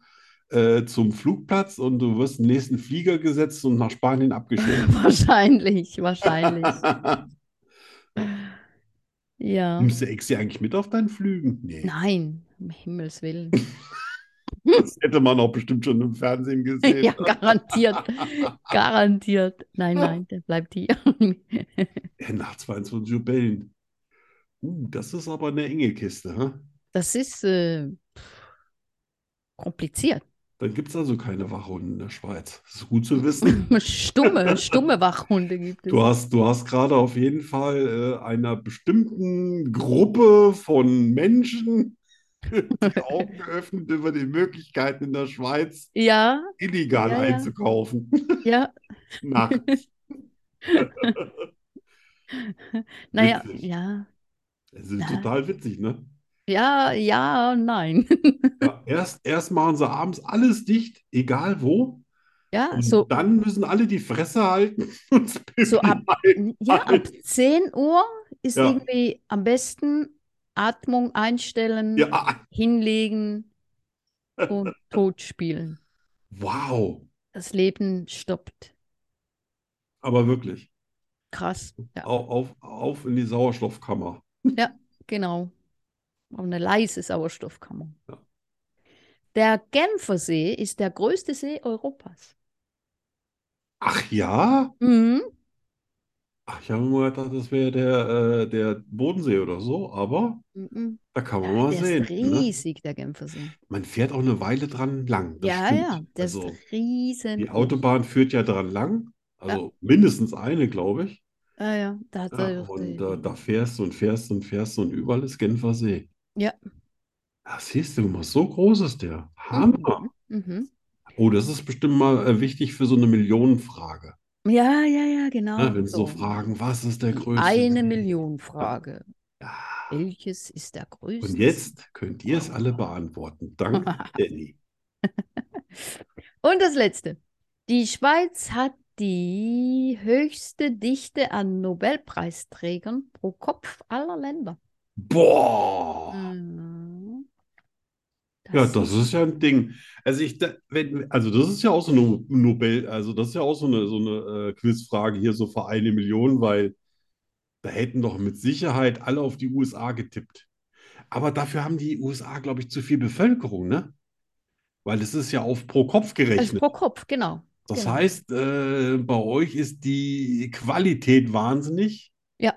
S2: äh, zum Flugplatz und du wirst in den nächsten Flieger gesetzt und nach Spanien abgeschoben.
S1: Wahrscheinlich, wahrscheinlich. Ja.
S2: Nimmst du Exi eigentlich mit auf deinen Flügen? Nee,
S1: Nein, um Himmels Willen.
S2: das hätte man auch bestimmt schon im Fernsehen gesehen.
S1: Ja, garantiert. Garantiert. Nein, nein, der bleibt hier.
S2: Äh, Nach 22 Uhr bellen. Uh, das ist aber eine enge Kiste. Huh?
S1: Das ist äh, pff, kompliziert.
S2: Dann gibt es also keine Wachhunde in der Schweiz. Das ist gut zu wissen.
S1: Stumme, stumme Wachhunde gibt es.
S2: Du hast, du hast gerade auf jeden Fall äh, einer bestimmten Gruppe von Menschen die Augen geöffnet über die Möglichkeiten in der Schweiz
S1: Ja,
S2: illegal
S1: Ja, ja.
S2: einzukaufen.
S1: ja.
S2: Nach
S1: Naja,
S2: Witzig.
S1: ja.
S2: Das ist
S1: Ja.
S2: total witzig, ne?
S1: Ja, ja, nein.
S2: Ja, erst, erst machen sie abends alles dicht, egal wo.
S1: Ja,
S2: Und
S1: so.
S2: dann müssen alle die Fresse halten. und das
S1: So ab, ja, ab
S2: Alter.
S1: 10 Uhr ist
S2: Hm. Ja.
S1: irgendwie am besten Atmung einstellen,
S2: Ja,
S1: hinlegen und tot spielen.
S2: wow.
S1: Das Leben stoppt.
S2: Aber wirklich.
S1: Krass. Ja,
S2: Au- Auf, auf in die Sauerstoffkammer.
S1: genau. Auf eine leise Sauerstoffkammer.
S2: Ja.
S1: Der Genfersee ist der größte See Europas.
S2: Ach ja?
S1: Mhm.
S2: Ach, ich habe immer gedacht, das wäre der, äh, der Bodensee oder so, aber
S1: Mhm.
S2: da kann man
S1: Ja,
S2: mal
S1: der
S2: sehen.
S1: ist
S2: Ne?
S1: riesig, der Genfersee.
S2: Man fährt auch eine Weile dran lang, das
S1: ja,
S2: stimmt.
S1: ja, der ist
S2: Also
S1: riesen.
S2: die Autobahn führt ja dran lang, also mindestens eine, glaube ich.
S1: Ja, ja, da hat er
S2: Ja,
S1: doch
S2: und
S1: die-
S2: äh, da fährst du und fährst und fährst und überall ist Genfer See.
S1: Ja.
S2: Ach, siehst du mal, so groß ist der. Hammer.
S1: Mhm.
S2: Oh, das ist bestimmt mal äh, wichtig für so eine Millionenfrage.
S1: Ja, ja, ja, genau.
S2: Ne? Wenn sie
S1: so.
S2: so fragen, was ist der
S1: Die
S2: größte
S1: eine
S2: See?
S1: Million Frage.
S2: Ja.
S1: Welches ist der größte?
S2: Und jetzt könnt ihr es alle beantworten. Danke, Danny.
S1: Und das letzte. Die Schweiz hat die höchste Dichte an Nobelpreisträgern pro Kopf aller Länder.
S2: Boah!
S1: Mhm.
S2: Ja, das ist ja ein Ding. Also ich, da- wenn, also das ist ja auch so eine Nobel, also das ist ja auch so eine, so eine äh, Quizfrage hier so für eine Million, weil Da hätten doch mit Sicherheit alle auf die USA getippt. Aber dafür haben die USA, glaube ich, zu viel Bevölkerung, ne? Weil es ist ja auf pro
S1: Also
S2: Kopf gerechnet.
S1: pro Kopf, genau.
S2: Das
S1: genau.
S2: heißt, äh, bei euch ist die Qualität wahnsinnig.
S1: Ja.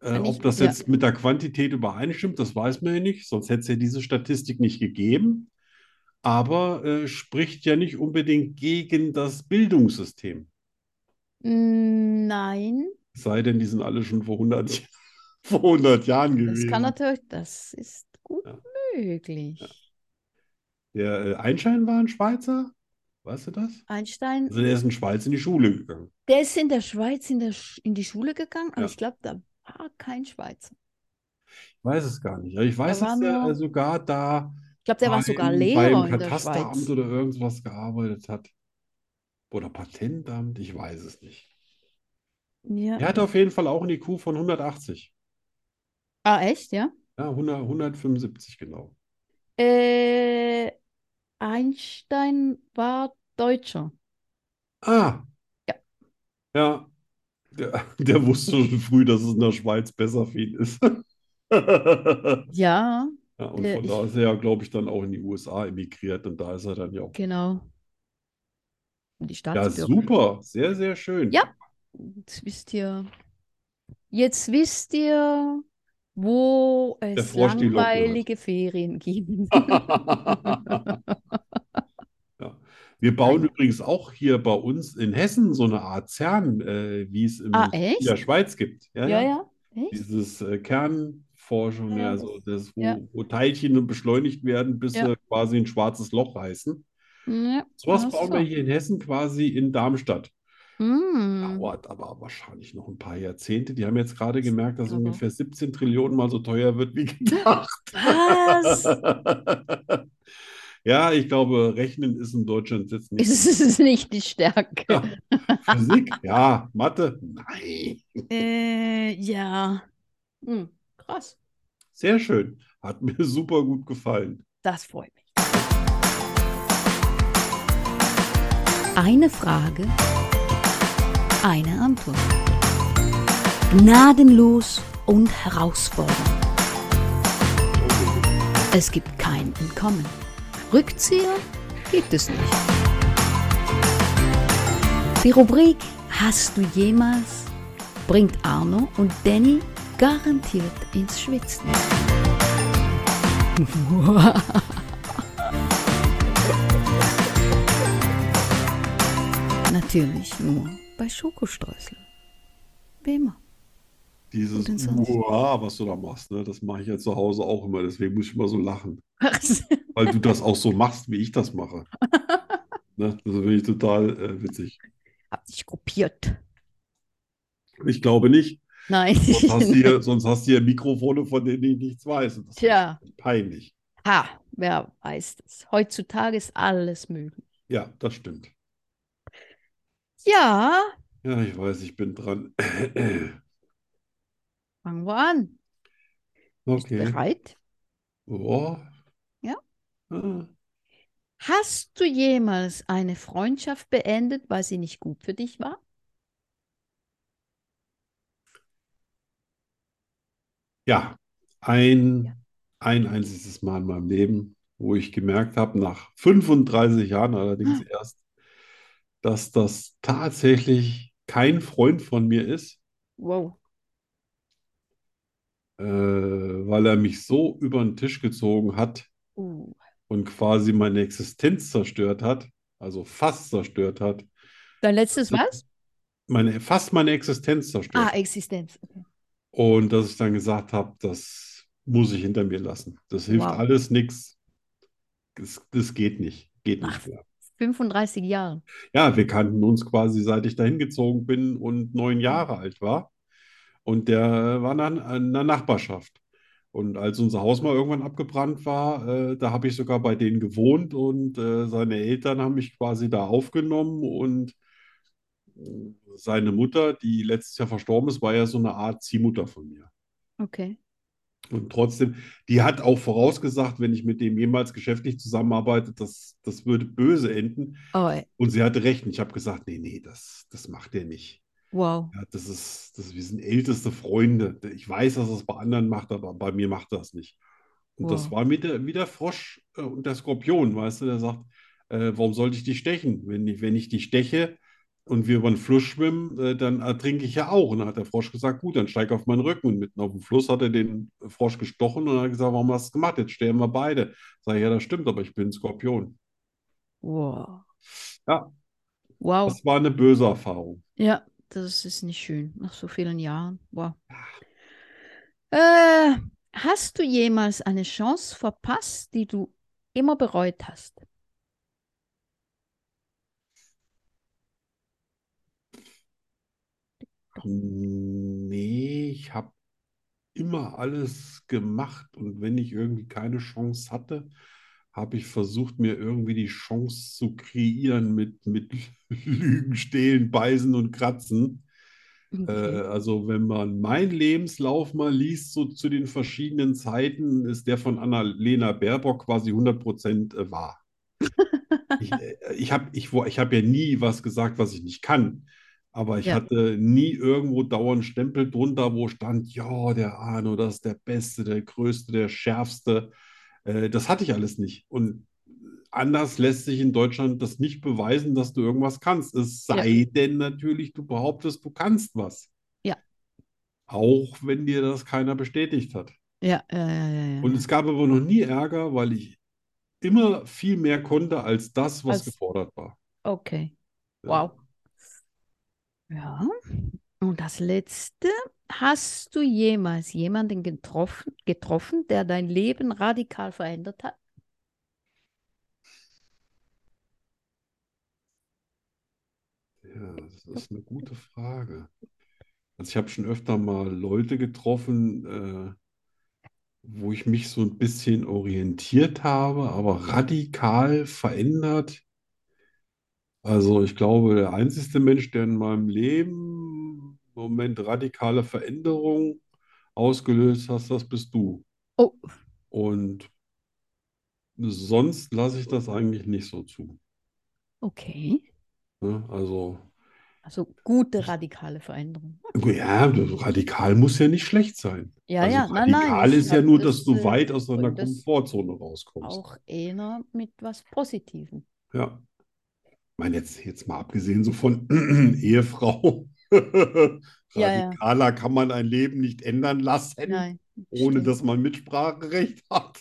S2: Äh,
S1: Kann
S2: ob
S1: ich-
S2: das
S1: ja.
S2: jetzt mit der Quantität übereinstimmt, das weiß man ja nicht, sonst hätte es ja diese Statistik nicht gegeben. Aber äh, spricht ja nicht unbedingt gegen das Bildungssystem.
S1: Mm, Nein,
S2: Es sei denn, die sind alle schon vor 100, Jahren- vor 100 Jahren
S1: das
S2: gewesen.
S1: kann natürlich, das ist gut
S2: Ja.
S1: möglich.
S2: Der äh, Einstein war ein Schweizer, weißt du das?
S1: Einstein,
S2: Also der ist in Schweiz in die Schule gegangen.
S1: der ist in der Schweiz in, der, Sch- in die Schule gegangen, aber
S2: Ja.
S1: ich glaube, da war kein Schweizer.
S2: Ich weiß es gar nicht. Aber ich weiß,
S1: Da war
S2: dass der
S1: nur-
S2: äh, sogar da
S1: Ich glaube, der war sogar
S2: beim,
S1: Lehrer
S2: beim
S1: in der
S2: Katasteramt
S1: Schweiz.
S2: oder irgendwas gearbeitet hat. Oder Patentamt, ich weiß es nicht.
S1: Ja.
S2: Er hatte auf jeden Fall auch eine IQ von 180.
S1: Ah, echt, ja?
S2: Ja, 100, 175 genau.
S1: Äh, Einstein war Deutscher.
S2: Ah.
S1: Ja.
S2: Ja. Der, der wusste schon früh, dass es in der Schweiz besser für ihn ist. Ja,
S1: Ja,
S2: und
S1: Äh,
S2: von
S1: ich-
S2: da ist er ja, glaube ich, dann auch in die USA emigriert und da ist er dann ja auch.
S1: genau. Die
S2: Ja,
S1: Staatsbürger.
S2: super, sehr, sehr schön.
S1: Ja. Jetzt wisst ihr, jetzt wisst ihr, wo es
S2: Frosch die Locken hat.
S1: langweilige Ferien gibt.
S2: Ja. Wir bauen übrigens auch hier bei uns in Hessen so eine Art CERN, äh, wie es im,
S1: Ah,
S2: in der
S1: echt?
S2: Schweiz gibt. Ja,
S1: Ja,
S2: ja.
S1: ja. Echt?
S2: Dieses äh, Kernforschung,
S1: Ja,
S2: ja,
S1: das-
S2: so das, wo,
S1: ja.
S2: wo Teilchen beschleunigt werden, bis
S1: Ja.
S2: sie quasi ein schwarzes Loch reißen.
S1: Ja.
S2: Sowas
S1: Ach
S2: bauen
S1: so.
S2: wir hier in Hessen quasi in Darmstadt.
S1: Hm.
S2: Dauert aber wahrscheinlich noch ein paar Jahrzehnte. Die haben jetzt gerade gemerkt, dass
S1: Aber-
S2: ungefähr 17 Trillionen mal so teuer wird wie gedacht.
S1: Was?
S2: Ja, ich glaube, Rechnen ist in Deutschland jetzt nicht.
S1: Es ist nicht die Stärke.
S2: Ja. Physik, ja. Mathe, nein.
S1: Äh, ja. Hm, krass.
S2: Sehr schön. Hat mir super gut gefallen.
S1: Das freut mich.
S3: Eine Frage, eine Antwort. Gnadenlos und herausfordernd. Es gibt kein Entkommen. Rückzieher gibt es nicht. Die Rubrik Hast du jemals bringt Arno und Danny garantiert ins Schwitzen. Natürlich nur bei Schokostreuseln. Wie immer.
S2: Dieses
S3: Und den Sound.
S2: Uha, was du da machst, ne, das mache ich ja zu Hause auch immer. Deswegen muss ich immer so lachen,
S1: Was?
S2: weil du das auch so machst, wie ich das mache. Ne, das finde ich total äh, witzig.
S1: Hab dich kopiert.
S2: Ich glaube nicht.
S1: Nein.
S2: Sonst hast du hier, sonst hast du hier Mikrofone, von denen ich nichts weiß. Und das
S1: Tja.
S2: ist peinlich.
S1: Ha, wer weiß das? Heutzutage ist alles möglich.
S2: Ja, das stimmt.
S1: Ja,
S2: Ja, ich weiß, ich bin dran.
S1: fangen wir an. Bist du
S2: Okay.
S1: bereit?
S2: Oh.
S1: Ja.
S2: Ah.
S1: Hast du jemals eine Freundschaft beendet, weil sie nicht gut für dich war?
S2: Ja, ein,
S1: Ja.
S2: ein einziges Mal in meinem Leben, wo ich gemerkt habe, nach 35 Jahren allerdings
S1: Ah.
S2: erst, dass das tatsächlich kein Freund von mir ist,
S1: Wow.
S2: äh, weil er mich so über den Tisch gezogen hat
S1: Uh.
S2: und quasi meine Existenz zerstört hat, also fast zerstört hat,
S1: Dein letztes was?
S2: meine, fast meine Existenz
S1: Ah,
S2: zerstört.
S1: Existenz. Okay.
S2: Und dass ich dann gesagt habe, das muss ich hinter mir lassen. Das hilft
S1: Wow.
S2: alles nichts. Das, das geht nicht. Geht
S1: Ach.
S2: nicht mehr.
S1: 35 Jahre.
S2: Ja, wir kannten uns quasi, seit ich dahin gezogen bin und neun Jahre alt war. Und der war dann in der Nachbarschaft. Und als unser Haus mal irgendwann abgebrannt war, äh, da habe ich sogar bei denen gewohnt und äh, seine Eltern haben mich quasi da aufgenommen und äh, seine Mutter, die letztes Jahr verstorben ist, war ja so eine Art Ziehmutter von mir.
S1: Okay.
S2: Und trotzdem, die hat auch vorausgesagt, wenn ich mit dem jemals geschäftlich zusammenarbeite, das, das würde böse enden.
S1: Oh, ey.
S2: Und sie hatte recht. Und ich habe gesagt, nee, nee, das, das macht er nicht.
S1: Wow.
S2: Ja, das ist, das, wir sind älteste Freunde. Ich weiß, dass es bei anderen macht, aber bei mir macht das nicht. Und
S1: Wow.
S2: das war mit der, wie der Frosch äh, und der Skorpion, weißt du, der sagt, äh, warum sollte ich dich stechen? Wenn ich, wenn ich dich steche und wir über den Fluss schwimmen, äh, dann ertrinke ich ja auch. Und dann hat der Frosch gesagt, gut, dann steig auf meinen Rücken. Und mitten auf dem Fluss hat er den Frosch gestochen und hat gesagt, warum hast du es gemacht? Jetzt sterben wir beide. Sag ich, ja, das stimmt, aber ich bin ein Skorpion.
S1: Wow.
S2: Ja,
S1: Wow.
S2: das war eine böse Erfahrung.
S1: Ja, das ist nicht schön. Nach so vielen Jahren. Wow. Äh, hast du jemals eine Chance verpasst, die du immer bereut hast?
S2: Nee, ich habe immer alles gemacht und wenn ich irgendwie keine Chance hatte, habe ich versucht, mir irgendwie die Chance zu kreieren mit, mit Lügen, Stehlen, Beißen und Kratzen. Äh,
S1: Okay.
S2: also wenn man meinen Lebenslauf mal liest, so zu den verschiedenen Zeiten, ist der von Annalena Baerbock quasi 100% wahr. Ich, äh, ich habe ich, wo- ich hab ja nie was gesagt, was ich nicht kann. Aber ich
S1: Ja.
S2: hatte nie irgendwo dauernd Stempel drunter, wo stand, ja, der Arno, das ist der Beste, der Größte, der Schärfste. Äh, das hatte ich alles nicht. Und anders lässt sich in Deutschland das nicht beweisen, dass du irgendwas kannst. Es
S1: Ja.
S2: sei denn natürlich, du behauptest, du kannst was.
S1: Ja.
S2: Auch wenn dir das keiner bestätigt hat.
S1: Ja, ja, ja, ja, ja.
S2: Und
S1: ja.
S2: es gab aber noch nie Ärger, weil ich immer viel mehr konnte als das, was
S1: Als,
S2: gefordert war.
S1: okay.
S2: Ja.
S1: Wow. Ja. Und das Letzte, hast du jemals jemanden getroffen, getroffen, der dein Leben radikal verändert hat?
S2: Ja, das ist eine gute Frage. Also ich habe schon öfter mal Leute getroffen, äh, wo ich mich so ein bisschen orientiert habe, aber radikal verändert. Also ich glaube, der einzige Mensch, der in meinem Leben im Moment radikale Veränderung ausgelöst hat, das bist du.
S1: Oh,
S2: Und sonst lasse ich das eigentlich nicht so zu.
S1: okay.
S2: Ne? Also
S1: Also gute
S2: ich,
S1: radikale Veränderung.
S2: ja, radikal muss ja nicht schlecht sein.
S1: Ja,
S2: Also
S1: ja, nein, nein,
S2: radikal
S1: ich
S2: ist ja
S1: habe
S2: nur, dass
S1: das,
S2: du
S1: äh,
S2: weit aus deiner
S1: das
S2: Komfortzone rauskommst.
S1: auch eher mit was Positivem.
S2: Ja. Ich meine, jetzt, jetzt mal abgesehen so von Ehefrau.
S1: Ja, ja,
S2: Radikaler kann man ein Leben nicht ändern lassen,
S1: nein,
S2: ohne
S1: stimmt.
S2: dass man Mitspracherecht hat.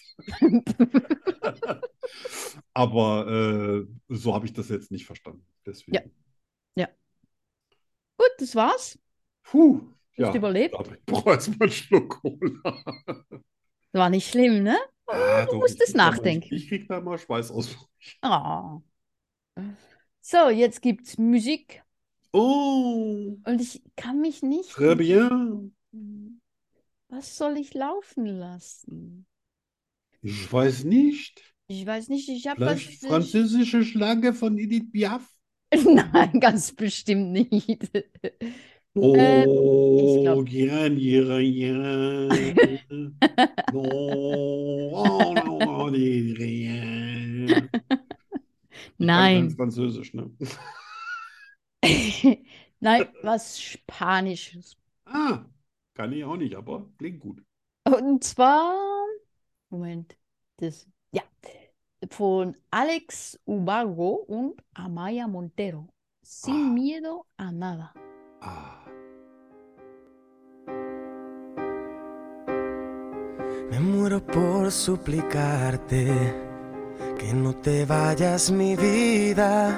S2: Aber äh, so habe ich das jetzt nicht verstanden.
S1: Ja,
S2: Deswegen.
S1: ja. Gut, das war's.
S2: Puh,
S1: Du hast
S2: ja,
S1: überlebt.
S2: aber ich brauche erstmal einen Schluck Cola.
S1: War nicht schlimm, ne?
S2: Ja,
S1: Du
S2: Ah, doch, ich
S1: musstest
S2: krieg da mal, ich,
S1: nachdenken.
S2: ich krieg da mal Schweißausbruch.
S1: Ah. So, jetzt gibt's Musik
S2: Oh,
S1: und ich kann mich nicht
S2: très bien.
S1: entscheiden. Was soll ich laufen lassen?
S2: Ich weiß nicht.
S1: Ich weiß nicht, ich habe was.
S2: Vielleicht französische Schlange von Edith Piaf.
S1: Nein, ganz bestimmt nicht. Ähm, ich
S2: Oh,
S1: glaube.
S2: gern, gern, gern. No, oh, no, die- die- Ich kann kein
S1: Nein.
S2: Französisch, ne?
S1: Nein, was Spanisches.
S2: Ah, kann ich auch nicht, aber klingt gut.
S1: Und zwar. Moment. Das, ja. Von Alex Ubago und Amaya Montero. Sin
S2: Ah,
S1: miedo a nada.
S2: ah.
S4: Me muero por suplicarte que no te vayas mi vida.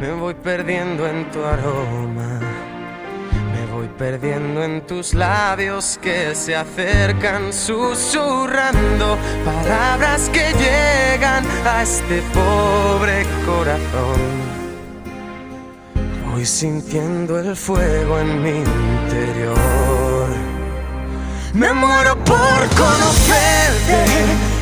S4: Me voy perdiendo en tu aroma, me voy perdiendo en tus labios que se acercan susurrando palabras que llegan a este pobre corazón. Voy sintiendo el fuego en mi interior. Me muero por conocerte,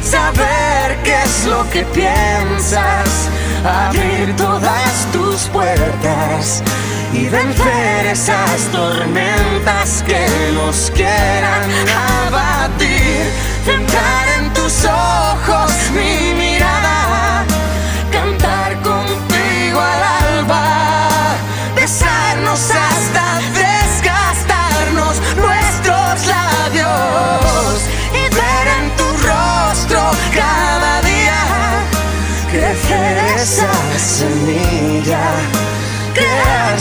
S4: saber qué es lo que piensas, abrir todas tus puertas y vencer esas tormentas que nos quieran abatir. Centrar en tus ojos mi mirada, cantar contigo al alba, besarnos hasta desgastarnos nuestros labios y ver en tu rostro cada día crecer esa semilla, crear,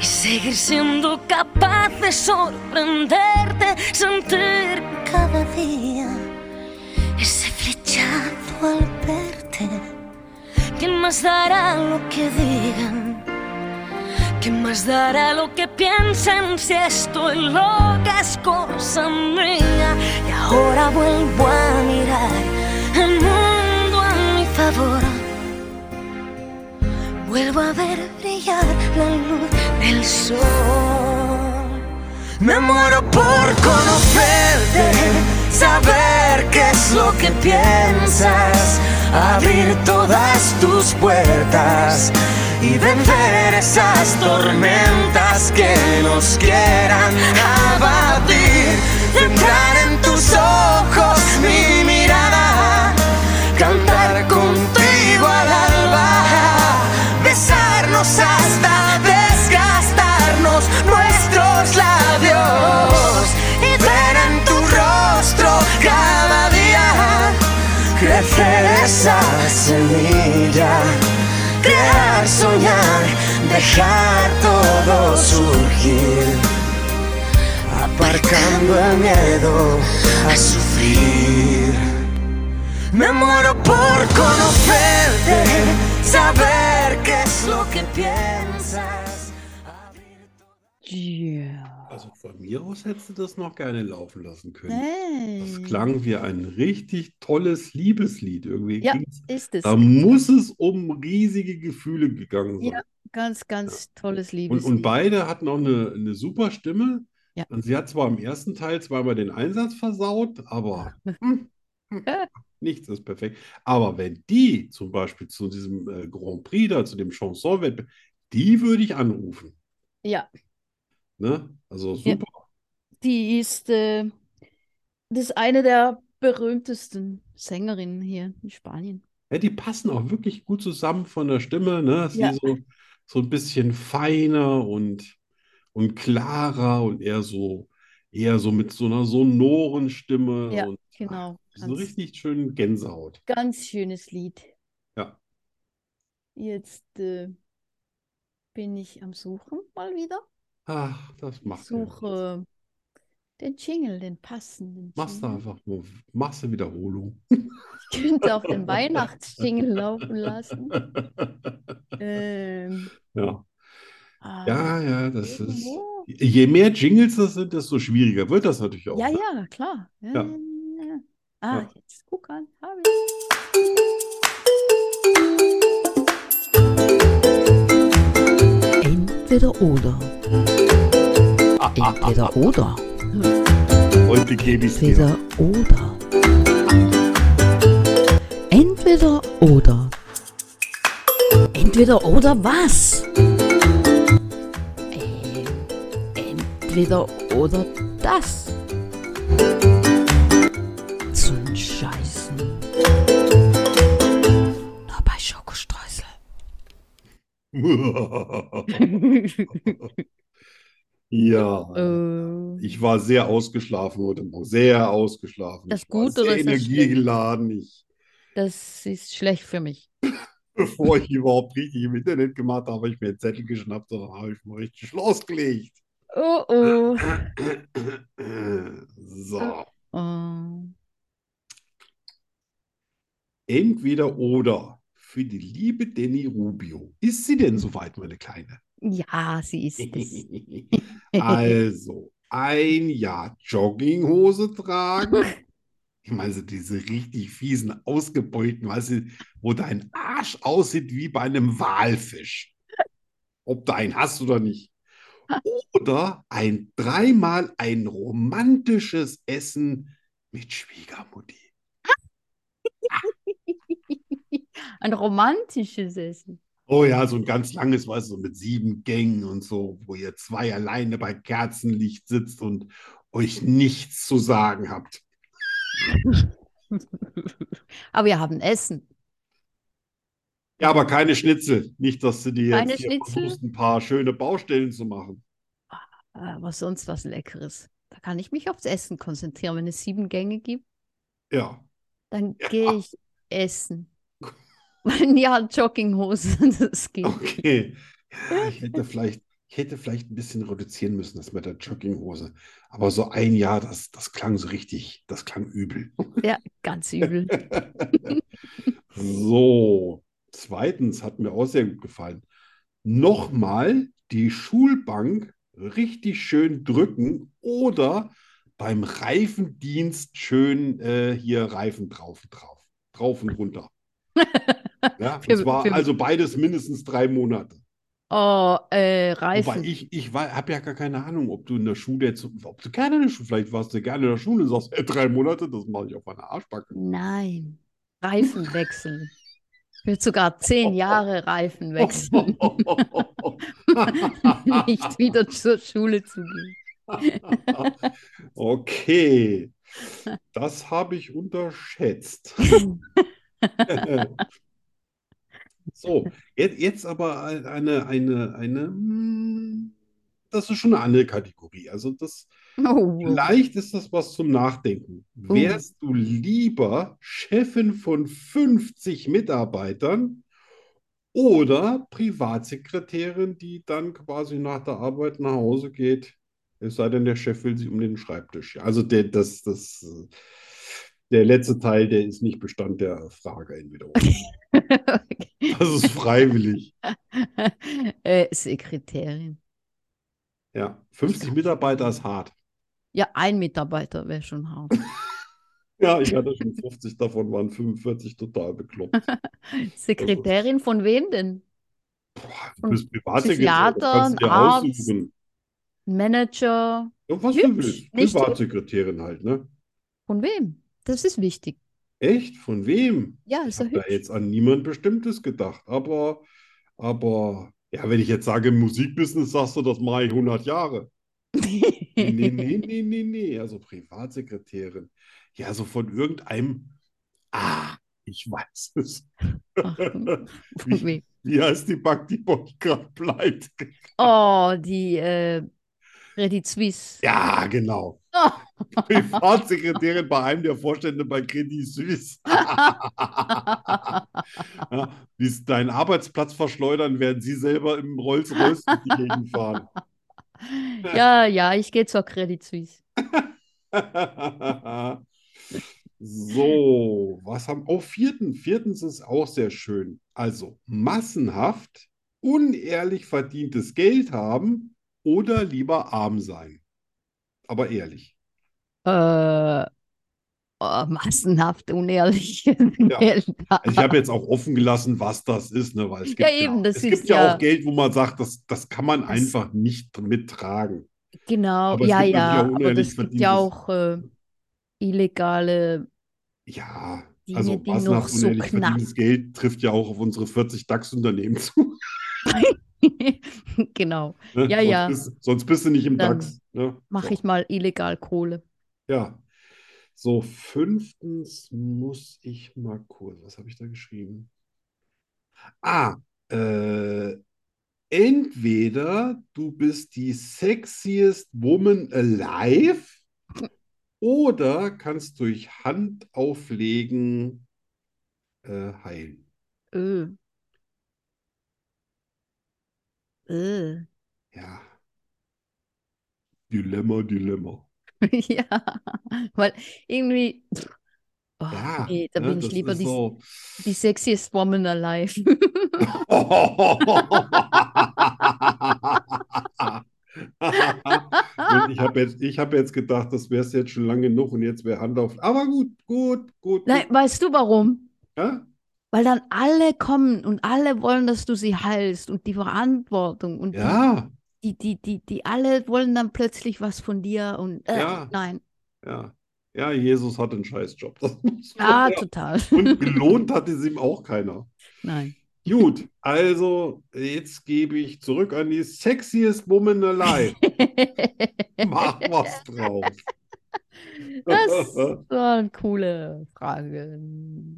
S5: y seguir siendo capaz de sorprenderte, sentir cada día ese flechazo al verte. ¿Quién más dará lo que digan? ¿Quién más dará lo que piensan si estoy loca es cosa mía? Y ahora vuelvo a mirar el mundo a mi favor. Vuelvo a ver brillar la luz del sol.
S4: Me muero por conocerte, saber qué es lo que piensas, abrir todas tus puertas y vencer esas tormentas que nos quieran abatir. Entrar en tus ojos mi mirada, cantar contigo al alba, besarnos hasta desgastarnos nuestros labios y ver en tu rostro cada día crecer esa semilla, crear, soñar, dejar todo surgir, aparcando el miedo a sufrir. Me muero por conocerte, saber qué es lo que piensas. abrir tu-
S1: Yeah.
S2: Also von mir aus hättest du das noch gerne laufen lassen können. Das
S1: Hey.
S2: klang wie ein richtig tolles Liebeslied. Irgendwie
S1: Ja.
S2: ging's-
S1: Ist es.
S2: Da muss es um riesige Gefühle gegangen sein.
S1: Ja, ganz, ganz tolles
S2: Und,
S1: Liebeslied.
S2: und beide hatten auch eine, eine super Stimme.
S1: Ja.
S2: Und sie hat zwar im ersten Teil zweimal den Einsatz versaut, aber hm, hm, nichts ist perfekt. Aber wenn die zum Beispiel zu diesem äh, Grand Prix da, zu dem Chanson-Wettbewerb, die würde ich anrufen.
S1: Ja,
S2: Ne? Also
S1: Ja.
S2: super.
S1: die ist, äh, das ist eine der berühmtesten Sängerinnen hier in Spanien.
S2: Ja, die passen auch wirklich gut zusammen von der Stimme, ne? Sie
S1: Ja.
S2: so, so ein bisschen feiner und, und klarer und eher so, eher so mit so einer sonoren Stimme
S1: Ja,
S2: und
S1: Genau,
S2: so einen
S1: ganz,
S2: richtig schönen Gänsehaut.
S1: ganz schönes Lied.
S2: Ja.
S1: Jetzt äh, bin ich am Suchen mal wieder.
S2: Ach, das
S1: Ich
S2: macht mir was.
S1: suche den Jingle, den passenden
S2: Machst du
S1: Jingle.
S2: einfach nur, machst du Wiederholung.
S1: Ich könnte auch den Weihnachtsjingle laufen lassen. Ähm,
S2: Ja,
S1: aber
S2: ja, ja, das ist.
S1: irgendwo-
S2: Je mehr Jingles das sind, desto schwieriger wird das natürlich auch.
S1: Ja,
S2: ne?
S1: ja, klar. Ja,
S2: Ja.
S1: ja, ja. Ah,
S2: Ja.
S1: jetzt guck an, habe ich.
S3: Entweder oder. Entweder oder.
S2: Heute gebe ich dir.
S3: Entweder oder. Entweder oder. Entweder oder was? Ähm, entweder oder das. Zum Scheißen. Nur bei Schokostreusel.
S2: Ja,
S1: Äh,
S2: ich war sehr ausgeschlafen heute Morgen, sehr ausgeschlafen.
S1: Das
S2: Ich war
S1: gut oder
S2: sehr
S1: ist das schlecht?
S2: energiegeladen. Ich,
S1: das ist schlecht für mich.
S2: bevor ich überhaupt richtig im Internet gemacht habe, habe ich mir einen Zettel geschnappt und dann habe ich mal richtig losgelegt.
S1: Oh, oh.
S2: Äh, So,
S1: oh.
S2: entweder oder. Für die liebe Danny Rubio. Ist sie denn soweit, meine Kleine?
S1: Ja, sie ist es.
S2: Also, ein Jahr Jogginghose tragen. Ich meine, so diese richtig fiesen, ausgebeulten, weißt du, wo dein Arsch aussieht wie bei einem Walfisch. Ob du einen hast oder nicht. Oder ein dreimal ein romantisches Essen mit Schwiegermutti.
S1: Ein romantisches Essen.
S2: Oh ja, so ein ganz langes, weißt du, so mit sieben Gängen und so, wo ihr zwei alleine bei Kerzenlicht sitzt und euch nichts zu sagen habt.
S1: Aber wir haben Essen.
S2: Ja, aber keine Schnitzel. Nicht, dass du dir
S1: Keine
S2: jetzt hier
S1: Schnitzel?
S2: versuchst, ein paar schöne Baustellen zu machen.
S1: Aber sonst Äh, was Leckeres. Da kann ich mich aufs Essen konzentrieren. Wenn es sieben Gänge gibt,
S2: Ja.
S1: dann
S2: Ja.
S1: gehe ich essen. Ein Jahr Jogginghose, das geht.
S2: Okay. Ja, ich hätte vielleicht, ich hätte vielleicht ein bisschen reduzieren müssen, das mit der Jogginghose. Aber so ein Jahr, das, das klang so richtig, das klang übel.
S1: Ja, ganz übel.
S2: So, zweitens hat mir auch sehr gut gefallen. Nochmal die Schulbank richtig schön drücken oder beim Reifendienst schön äh, hier Reifen drauf, drauf, drauf und runter. Ja, und
S1: Für-
S2: zwar
S1: für-
S2: also beides mindestens drei Monate.
S1: Oh, äh,
S2: Wobei
S1: Reifen.
S2: ich, ich habe ja gar keine Ahnung, ob du in der Schule jetzt, ob du gerne in der Schule, vielleicht warst du gerne in der Schule und sagst, äh, drei Monate, das mache ich auf meiner Arschbacke.
S1: Nein, Reifen wechseln. Ich will sogar
S2: Oh.
S1: zehn Jahre Reifen wechseln. Nicht wieder zur Schule zu gehen.
S2: Okay, das habe ich unterschätzt. So, jetzt, jetzt aber eine, eine, eine, mm, das ist schon eine andere Kategorie. Also das,
S1: Oh, wow.
S2: vielleicht ist das was zum Nachdenken. Wärst du lieber Chefin von 50 Mitarbeitern oder Privatsekretärin, die dann quasi nach der Arbeit nach Hause geht? Es sei denn, der Chef will sie um den Schreibtisch. Also der, das, das, äh, der letzte Teil, der ist nicht Bestand der Frage in Wiederholung. Das ist freiwillig.
S1: äh, Sekretärin.
S2: Ja, 50 Mitarbeiter ist hart.
S1: Ja, ein Mitarbeiter wäre schon hart.
S2: Oh Ja, ich hatte schon 50, davon waren 45 total bekloppt.
S1: Sekretärin von wem denn?
S2: Boah, du
S1: Von
S2: bist
S1: Psychiater,
S2: Privatsekretärin, das kannst du dir
S1: Arzt.
S2: aussuchen.
S1: Manager?
S2: Ja, was
S1: Hübsch,
S2: du willst.
S1: nicht so-
S2: Privatsekretärin halt, ne?
S1: Von wem? Das ist wichtig.
S2: Echt? Von wem?
S1: Ja,
S2: Ich
S1: ist doch
S2: habe da
S1: hübsch.
S2: jetzt an niemand Bestimmtes gedacht. Aber, aber, ja, wenn ich jetzt sage, im Musikbusiness sagst du, das mache ich 100 Jahre. Nee, nee, nee, nee, nee, nee. Also Privatsekretärin. Ja, so von irgendeinem. Ah, ich weiß es.
S1: Ach, von
S2: Wie-
S1: wem?
S2: Wie heißt die Bank, die Bock gerade bleibt?
S1: Oh, die äh, Credit Suisse.
S2: Ja, genau. Privatsekretärin bei einem der Vorstände bei Credit Suisse. Ja, die es deinen Arbeitsplatz verschleudern, werden sie selber im Rolls-Royce durch die Gegend fahren.
S1: Ja, ja, ich gehe zur Credit Suisse.
S2: So, was haben auch vierten? Viertens ist auch sehr schön. Also massenhaft, unehrlich verdientes Geld haben oder lieber arm sein. Aber ehrlich.
S1: Äh, oh, massenhaft unehrlich. Geld.
S2: Also ich habe jetzt auch offen gelassen, was das ist, ne? Weil es
S1: Ja,
S2: gibt ja,
S1: eben, das
S2: es
S1: ist
S2: gibt ja
S1: ja-
S2: auch Geld, wo man sagt, das, das kann man
S1: Das-
S2: einfach nicht mittragen.
S1: Genau,
S2: Aber es
S1: ja,
S2: gibt natürlich
S1: ja,
S2: auch
S1: aber
S2: unehrlich
S1: das gibt ja
S2: verdientes.
S1: auch äh, illegale.
S2: Ja,
S1: Dinge,
S2: also
S1: die noch
S2: massenhaft
S1: so
S2: unehrlich
S1: knapp-
S2: verdientes Geld trifft ja auch auf unsere 40 DAX-Unternehmen zu.
S1: Genau,
S2: Ne?
S1: Ja,
S2: Sonst
S1: ja.
S2: Bist, sonst bist du nicht im
S1: Dann
S2: DAX. Ne?
S1: mache
S2: So.
S1: ich mal illegal Kohle.
S2: Ja. So, fünftens muss ich mal kurz, was habe ich da geschrieben? Ah, äh, entweder du bist die sexiest woman alive oder kannst durch Hand auflegen äh, heilen.
S1: Äh. Äh.
S2: Ja. Dilemma, Dilemma.
S1: Ja, weil irgendwie. pff, Oh,
S2: Ja,
S1: nee, da
S2: ne,
S1: bin ich
S2: das
S1: lieber
S2: ist
S1: die,
S2: so.
S1: die sexiest woman alive.
S2: Und ich habe jetzt, ich hab jetzt gedacht, das wäre es jetzt schon lange genug und jetzt wäre Hand auf. Aber gut, gut, gut.
S1: Nein,
S2: gut.
S1: weißt du warum?
S2: Ja?
S1: Weil dann alle kommen und alle wollen, dass du sie heilst und die Verantwortung und die-
S2: Ja,
S1: die, die, die, die alle wollen dann plötzlich was von dir und äh,
S2: Ja.
S1: nein.
S2: ja. Ja, Jesus hat einen Scheißjob. Das muss man
S1: Ja,
S2: sagen.
S1: Ah, total.
S2: Und belohnt hat es ihm auch keiner.
S1: Nein.
S2: Gut, also jetzt gebe ich zurück an die sexiest woman alive. Mach was drauf.
S1: Das waren coole Fragen.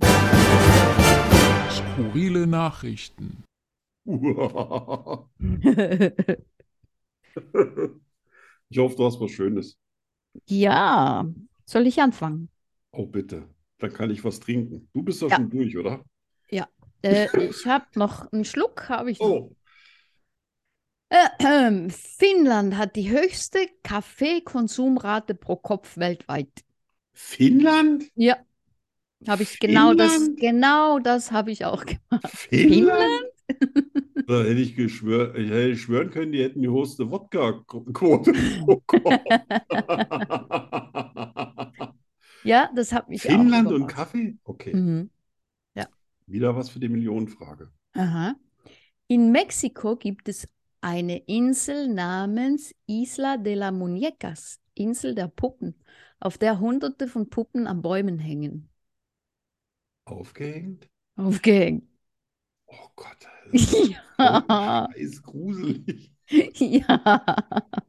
S6: Skurrile Nachrichten.
S2: Ich hoffe, du hast was Schönes.
S1: Ja, soll ich anfangen?
S2: Oh, bitte. Dann kann ich was trinken. Du bist doch
S1: Ja.
S2: schon durch, oder?
S1: Äh, ich habe noch einen Schluck, habe ich noch.
S2: Oh,
S1: Ahem. Finnland hat die höchste Kaffeekonsumrate pro Kopf weltweit.
S2: Finnland?
S1: Ja, habe ich genau das,
S2: Finnland?
S1: genau das habe ich auch gemacht.
S2: Finnland? Da hätte ich geschwör, ich hätte schwören können, die hätten die höchste Wodka-Quote. pro Kopf.
S1: Ja, das habe ich auch
S2: Finnland und
S1: überrascht.
S2: Kaffee? Okay.
S1: Mhm.
S2: Wieder was für die Millionenfrage.
S1: Aha. In Mexiko gibt es eine Insel namens Isla de la Muñecas, Insel der Puppen, auf der hunderte von Puppen an Bäumen hängen.
S2: Aufgehängt?
S1: Aufgehängt.
S2: Oh Gott, das ist
S1: Ja,
S2: scheiß gruselig.
S1: ja,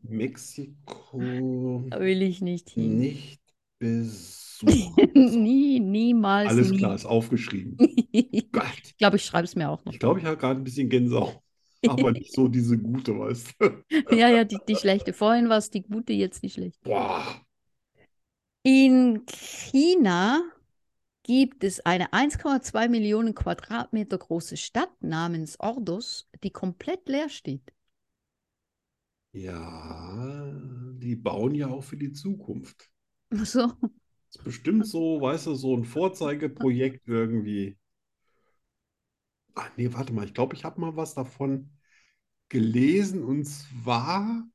S2: Mexiko
S1: da will ich nicht hin.
S2: nicht besuchen.
S1: Nie, niemals,
S2: Alles
S1: nie.
S2: klar, ist aufgeschrieben.
S1: Ich
S2: Gott,
S1: glaube, ich schreibe es mir auch noch.
S2: ich glaube, ich habe gerade ein bisschen Gänsehaut. Aber nicht so diese gute, weißt du?
S1: Ja, ja, die, die schlechte. Vorhin war es die gute, jetzt die schlechte.
S2: Boah.
S1: In China gibt es eine 1,2 Millionen Quadratmeter große Stadt namens Ordos, die komplett leer steht.
S2: Ja, die bauen ja auch für die Zukunft.
S1: So,
S2: Ist bestimmt so, weißt du, so ein Vorzeigeprojekt irgendwie. Ach nee, warte mal, ich glaube, ich habe mal was davon gelesen und zwar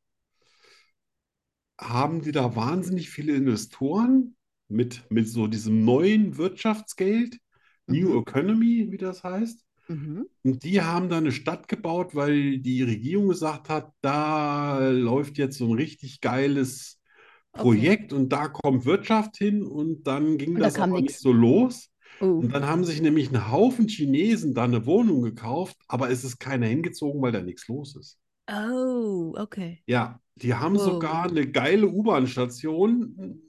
S2: haben die da wahnsinnig viele Investoren mit, mit so diesem neuen Wirtschaftsgeld, New Economy, wie das heißt.
S1: mhm.
S2: Und die haben da eine Stadt gebaut, weil die Regierung gesagt hat, da läuft jetzt so ein richtig geiles
S1: Okay.
S2: Projekt und da kommt Wirtschaft hin und dann ging
S1: Und da
S2: das
S1: kam
S2: aber
S1: nix.
S2: nicht so los.
S1: Oh.
S2: Und dann haben sich nämlich ein Haufen Chinesen da eine Wohnung gekauft, aber es ist keiner hingezogen, weil da nichts los ist.
S1: Oh, okay.
S2: Ja, die haben
S1: Wow.
S2: sogar eine geile U-Bahn-Station,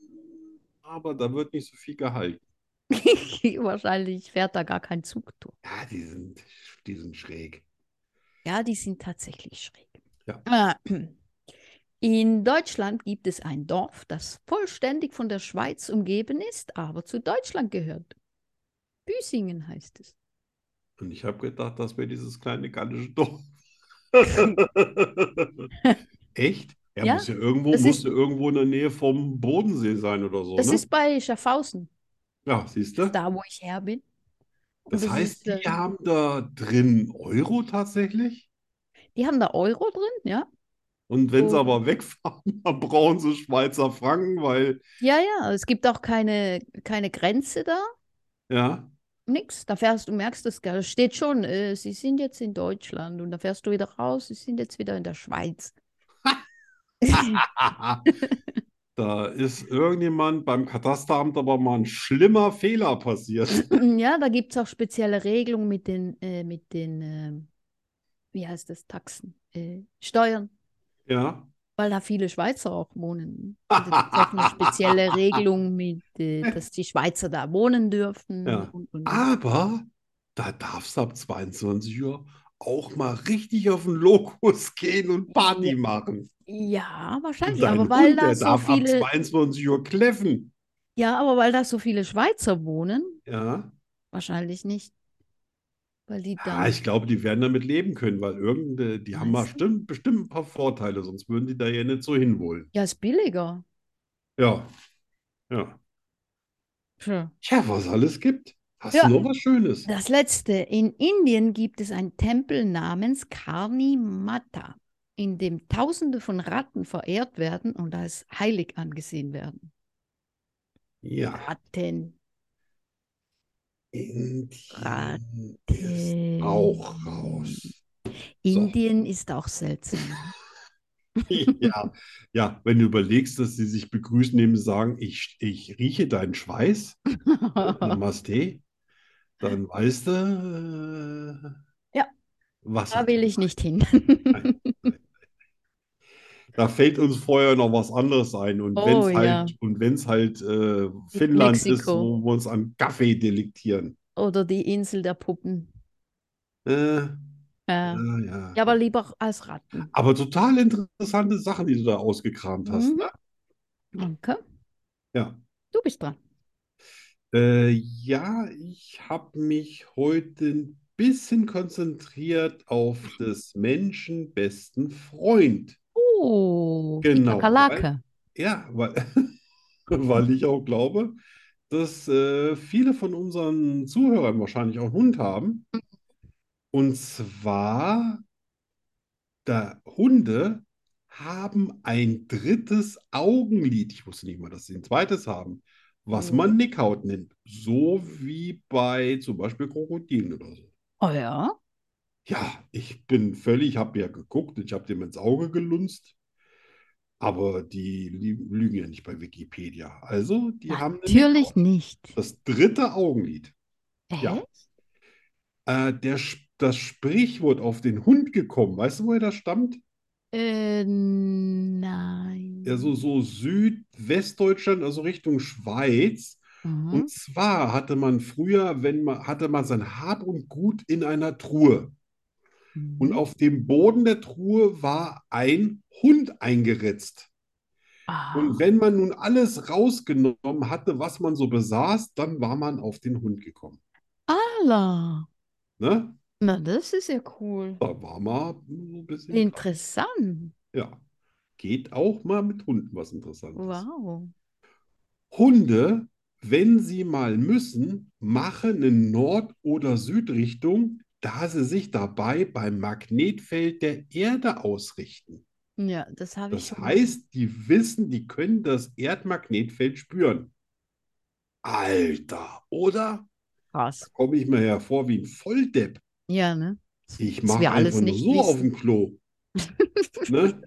S2: aber da wird nicht so viel gehalten.
S1: Wahrscheinlich fährt da gar kein Zug durch.
S2: Ja, die sind, die sind schräg.
S1: Ja, die sind tatsächlich schräg.
S2: Ja.
S1: Ah, In Deutschland gibt es ein Dorf, das vollständig von der Schweiz umgeben ist, aber zu Deutschland gehört. Büsingen heißt es.
S2: Und ich habe gedacht, das wäre dieses kleine gallische Dorf. Echt? Er
S1: Ja,
S2: muss ja irgendwo,
S1: das
S2: muss
S1: ist-
S2: ja irgendwo in der Nähe vom Bodensee sein oder so,
S1: Das
S2: ne?
S1: ist bei Schaffhausen,
S2: Ja, siehst du?
S1: da wo ich her bin. Und
S2: Das
S1: ist,
S2: heißt, die
S1: äh,
S2: haben da drin Euro tatsächlich?
S1: die haben da Euro drin, ja?
S2: Und wenn sie
S1: Oh.
S2: aber wegfahren, dann brauchen sie Schweizer Franken, weil,
S1: Ja, ja, es gibt auch keine, keine Grenze da,
S2: ja,
S1: nix. Da fährst du, merkst das, gar- steht schon, äh, sie sind jetzt in Deutschland und da fährst du wieder raus, sie sind jetzt wieder in der Schweiz.
S2: da ist irgendjemand beim Katasteramt aber mal ein schlimmer Fehler passiert.
S1: Mm, Ja, da gibt es auch spezielle Regelungen mit den, äh, mit den, ähm, wie heißt das, Taxen, äh, Steuern.
S2: Ja,
S1: weil da viele Schweizer auch wohnen. Also es gibt auch eine spezielle Regelung mit, äh, dass die Schweizer da wohnen dürfen.
S2: Ja. Ah.
S1: Und, und,
S2: Aber da darfst du ab 22 Uhr auch mal richtig auf den Lokus gehen und Party machen.
S1: ja, wahrscheinlich.
S2: Dein
S1: Aber weil
S2: Hund, der
S1: da so
S2: darf
S1: viele,
S2: ab 22 Uhr kläffen.
S1: ja, aber weil da so viele Schweizer wohnen,
S2: Ja.
S1: wahrscheinlich nicht. Weil die
S2: ja,
S1: da.
S2: Ah, ich glaube, die werden damit leben können, weil irgende, die haben mal
S1: Weißt du?
S2: bestimmt, bestimmt ein paar Vorteile, sonst würden die da ja nicht so hinwollen.
S1: Ja, ist billiger.
S2: Ja. Ja.
S1: Tja.
S2: Tja, was alles gibt. Hast
S1: Ja.
S2: du noch was Schönes?
S1: Das letzte. In Indien gibt es einen Tempel namens Karni Mata, in dem Tausende von Ratten verehrt werden und als heilig angesehen werden.
S2: Ja.
S1: Ratten.
S2: Indien ist
S1: Ratten.
S2: auch raus.
S1: Indien ist auch seltsam.
S2: Ja, ja, wenn du überlegst, dass sie sich begrüßen, indem sie sagen, ich, ich rieche deinen Schweiß, Namaste, dann weißt du, äh,
S1: Ja.
S2: was
S1: Da will ich nicht hin.
S2: Da fällt uns vorher noch was anderes ein. Und
S1: Oh,
S2: wenn's halt,
S1: ja.
S2: und wenn's halt äh, Finnland ist,
S1: Mexiko.
S2: wo wir uns an Kaffee delektieren.
S1: Oder die Insel der Puppen.
S2: Äh,
S1: Ja.
S2: ja, ja.
S1: Ja, aber lieber als Ratten.
S2: Aber total interessante Sachen, die du da ausgekramt hast.
S1: Mhm. Danke.
S2: Ja.
S1: Du bist dran.
S2: Äh, ja, ich habe mich heute ein bisschen konzentriert auf des Menschen besten Freund.
S1: Oh, die
S2: Genau, weil-
S1: Kakerlake.
S2: Ja, weil, weil ich auch glaube, dass äh, viele von unseren Zuhörern wahrscheinlich auch einen Hund haben. Und zwar, da Hunde haben ein drittes Augenlid. Ich wusste nicht mal, dass sie ein zweites haben, was man Nickhaut nennt. So wie bei zum Beispiel Krokodilen oder so.
S1: Oh ja.
S2: Ja, ich bin völlig, habe ja geguckt, ich habe dem ins Auge gelunzt, aber die lü- lügen ja nicht bei Wikipedia. Also, die haben eine
S1: Natürlich
S2: Nickhaut.
S1: nicht.
S2: Das dritte Augenlid. Ja.
S1: Echt?
S2: Äh, der, Sp- das Sprichwort auf den Hund gekommen, weißt du, woher das stammt?
S1: Äh, nein.
S2: Ja, so, so Südwestdeutschland, also Richtung Schweiz.
S1: Mhm.
S2: Und zwar hatte man früher, wenn man, hatte man sein Hab und Gut in einer Truhe. Und
S1: Mhm.
S2: auf dem Boden der Truhe war ein Hund eingeritzt.
S1: Ah,
S2: Und wenn man nun alles rausgenommen hatte, was man so besaß, dann war man auf den Hund gekommen.
S1: Allah.
S2: Ne?
S1: Na, das ist ja cool.
S2: Da war mal so ein bisschen.
S1: Interessant.
S2: Ja. Geht auch mal mit Hunden was Interessantes.
S1: Wow.
S2: Hunde, wenn sie mal müssen, machen in Nord- oder Südrichtung, da sie sich dabei beim Magnetfeld der Erde ausrichten.
S1: Ja, das habe ich
S2: Das
S1: schon mal
S2: heißt, die wissen, die können das Erdmagnetfeld spüren. Alter, oder?
S1: krass.
S2: komme ich mir ja vor wie ein Volldepp.
S1: Ja, ne?
S2: Ich
S1: Das
S2: mache
S1: wir
S2: einfach
S1: alles
S2: nur
S1: nicht
S2: so auf
S1: wissen.
S2: dem Klo. Ne?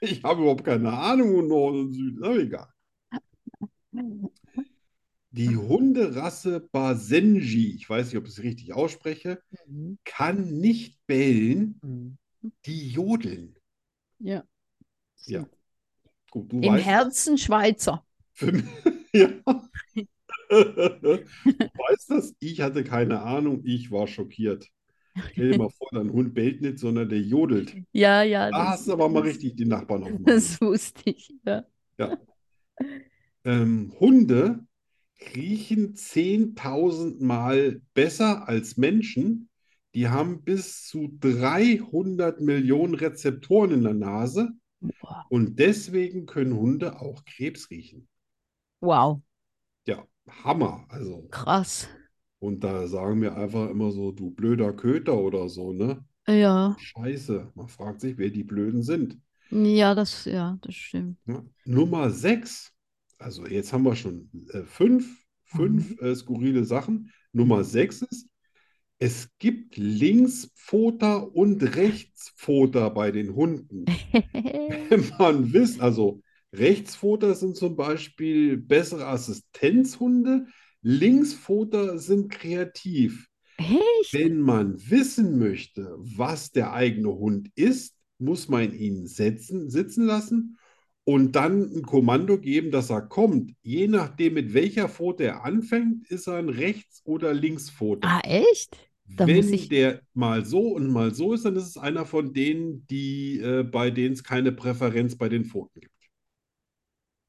S2: Ich habe überhaupt keine Ahnung, wo Nord und Süd, aber egal. Die Hunderasse Basenji, ich weiß nicht, ob ich es richtig ausspreche,
S1: Mhm.
S2: kann nicht bellen,
S1: Mhm.
S2: die jodeln.
S1: Ja.
S2: Ja. Gut, du
S1: Im
S2: weißt,
S1: Herzen Schweizer.
S2: für mich, ja. Du weißt das? Ich hatte keine Ahnung, ich war schockiert. Stell dir mal vor, dein Hund bellt nicht, sondern der jodelt.
S1: Ja, ja,
S2: Da
S1: das,
S2: hast du aber mal
S1: das,
S2: richtig die Nachbarn auf dem Arm.
S1: das wusste ich. Ja.
S2: Ähm, Hunde riechen 10.000 Mal besser als Menschen. Die haben bis zu 300 Millionen Rezeptoren in der Nase
S1: Boah.
S2: und deswegen können Hunde auch Krebs riechen.
S1: Wow,
S2: Ja, Hammer. Also,
S1: krass.
S2: und da sagen wir einfach immer so, du blöder Köter oder so, ne?
S1: Ja,
S2: Scheiße. Man fragt sich, wer die Blöden sind.
S1: ja, das, ja, das stimmt.
S2: Ja. Nummer 6, also jetzt haben wir schon äh, fünf, fünf äh, skurrile Sachen. Nummer 6 ist, es gibt Linkspfoter und Rechtspfoter bei den Hunden. Wenn man wisst, also Rechtspfoter sind zum Beispiel bessere Assistenzhunde, Linkspfoter sind kreativ.
S1: Echt?
S2: Wenn man wissen möchte, was der eigene Hund ist, muss man ihn setzen, sitzen lassen und dann ein Kommando geben, dass er kommt. Je nachdem, mit welcher Pfote er anfängt, ist er ein Rechts- oder Linkspfote.
S1: Ah, echt? da muss
S2: Wenn
S1: ich-
S2: der mal so und mal so ist, dann ist es einer von denen, die, äh, bei denen es keine Präferenz bei den Pfoten gibt.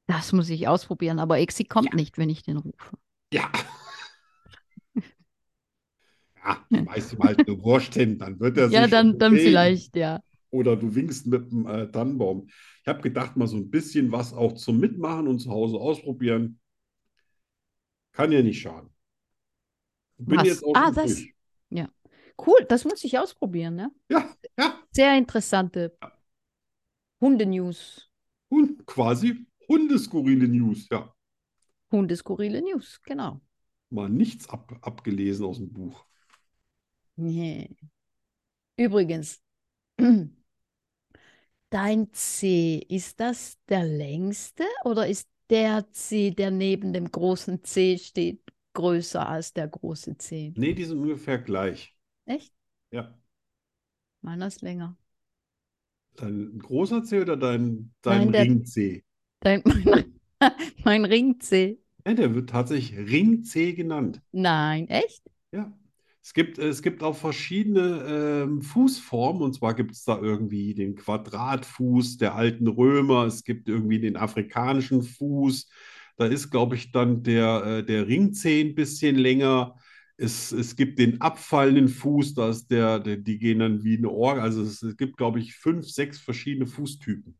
S1: Das muss ich ausprobieren, aber Exi kommt nicht, wenn ich den rufe.
S2: Ja. Ja, schmeiß ihm halt eine Wurst hin, dann wird er
S1: Ja,
S2: sich
S1: dann,
S2: schon
S1: dann
S2: bewegen.
S1: vielleicht, ja.
S2: Oder du winkst mit dem äh, Tannenbaum. Ich habe gedacht, mal so ein bisschen was auch zum Mitmachen und zu Hause ausprobieren. Kann ja nicht schaden. Bin
S1: Was?
S2: jetzt auch
S1: Ah,
S2: schon
S1: das-
S2: durch.
S1: Cool, das muss ich ausprobieren, ne?
S2: Ja, ja.
S1: Sehr interessante Hunde-News.
S2: Und quasi hundeskurile News. Ja,
S1: Hundeskurile News, genau.
S2: mal nichts ab, abgelesen aus dem Buch.
S1: Nee. Übrigens, dein C, ist das der längste oder ist der C, der neben dem großen C steht, größer als der große C?
S2: Nee, die sind ungefähr gleich.
S1: Echt?
S2: Ja.
S1: Meiner ist länger.
S2: Dein großer C oder dein, dein
S1: Nein, der-
S2: Ring-C?
S1: Dein, mein, mein Ring C.
S2: Ja, der wird tatsächlich Ring-C genannt.
S1: Nein, echt?
S2: Ja. Es gibt, es gibt auch verschiedene ähm, Fußformen, und zwar gibt es da irgendwie den Quadratfuß der alten Römer, es gibt irgendwie den afrikanischen Fuß, da ist, glaube ich, dann der, äh, der Ringzeh ein bisschen länger. Es, es gibt den abfallenden Fuß, da ist der, der, die gehen dann wie eine Orgel. Also es, es gibt, glaube ich, fünf, sechs verschiedene Fußtypen.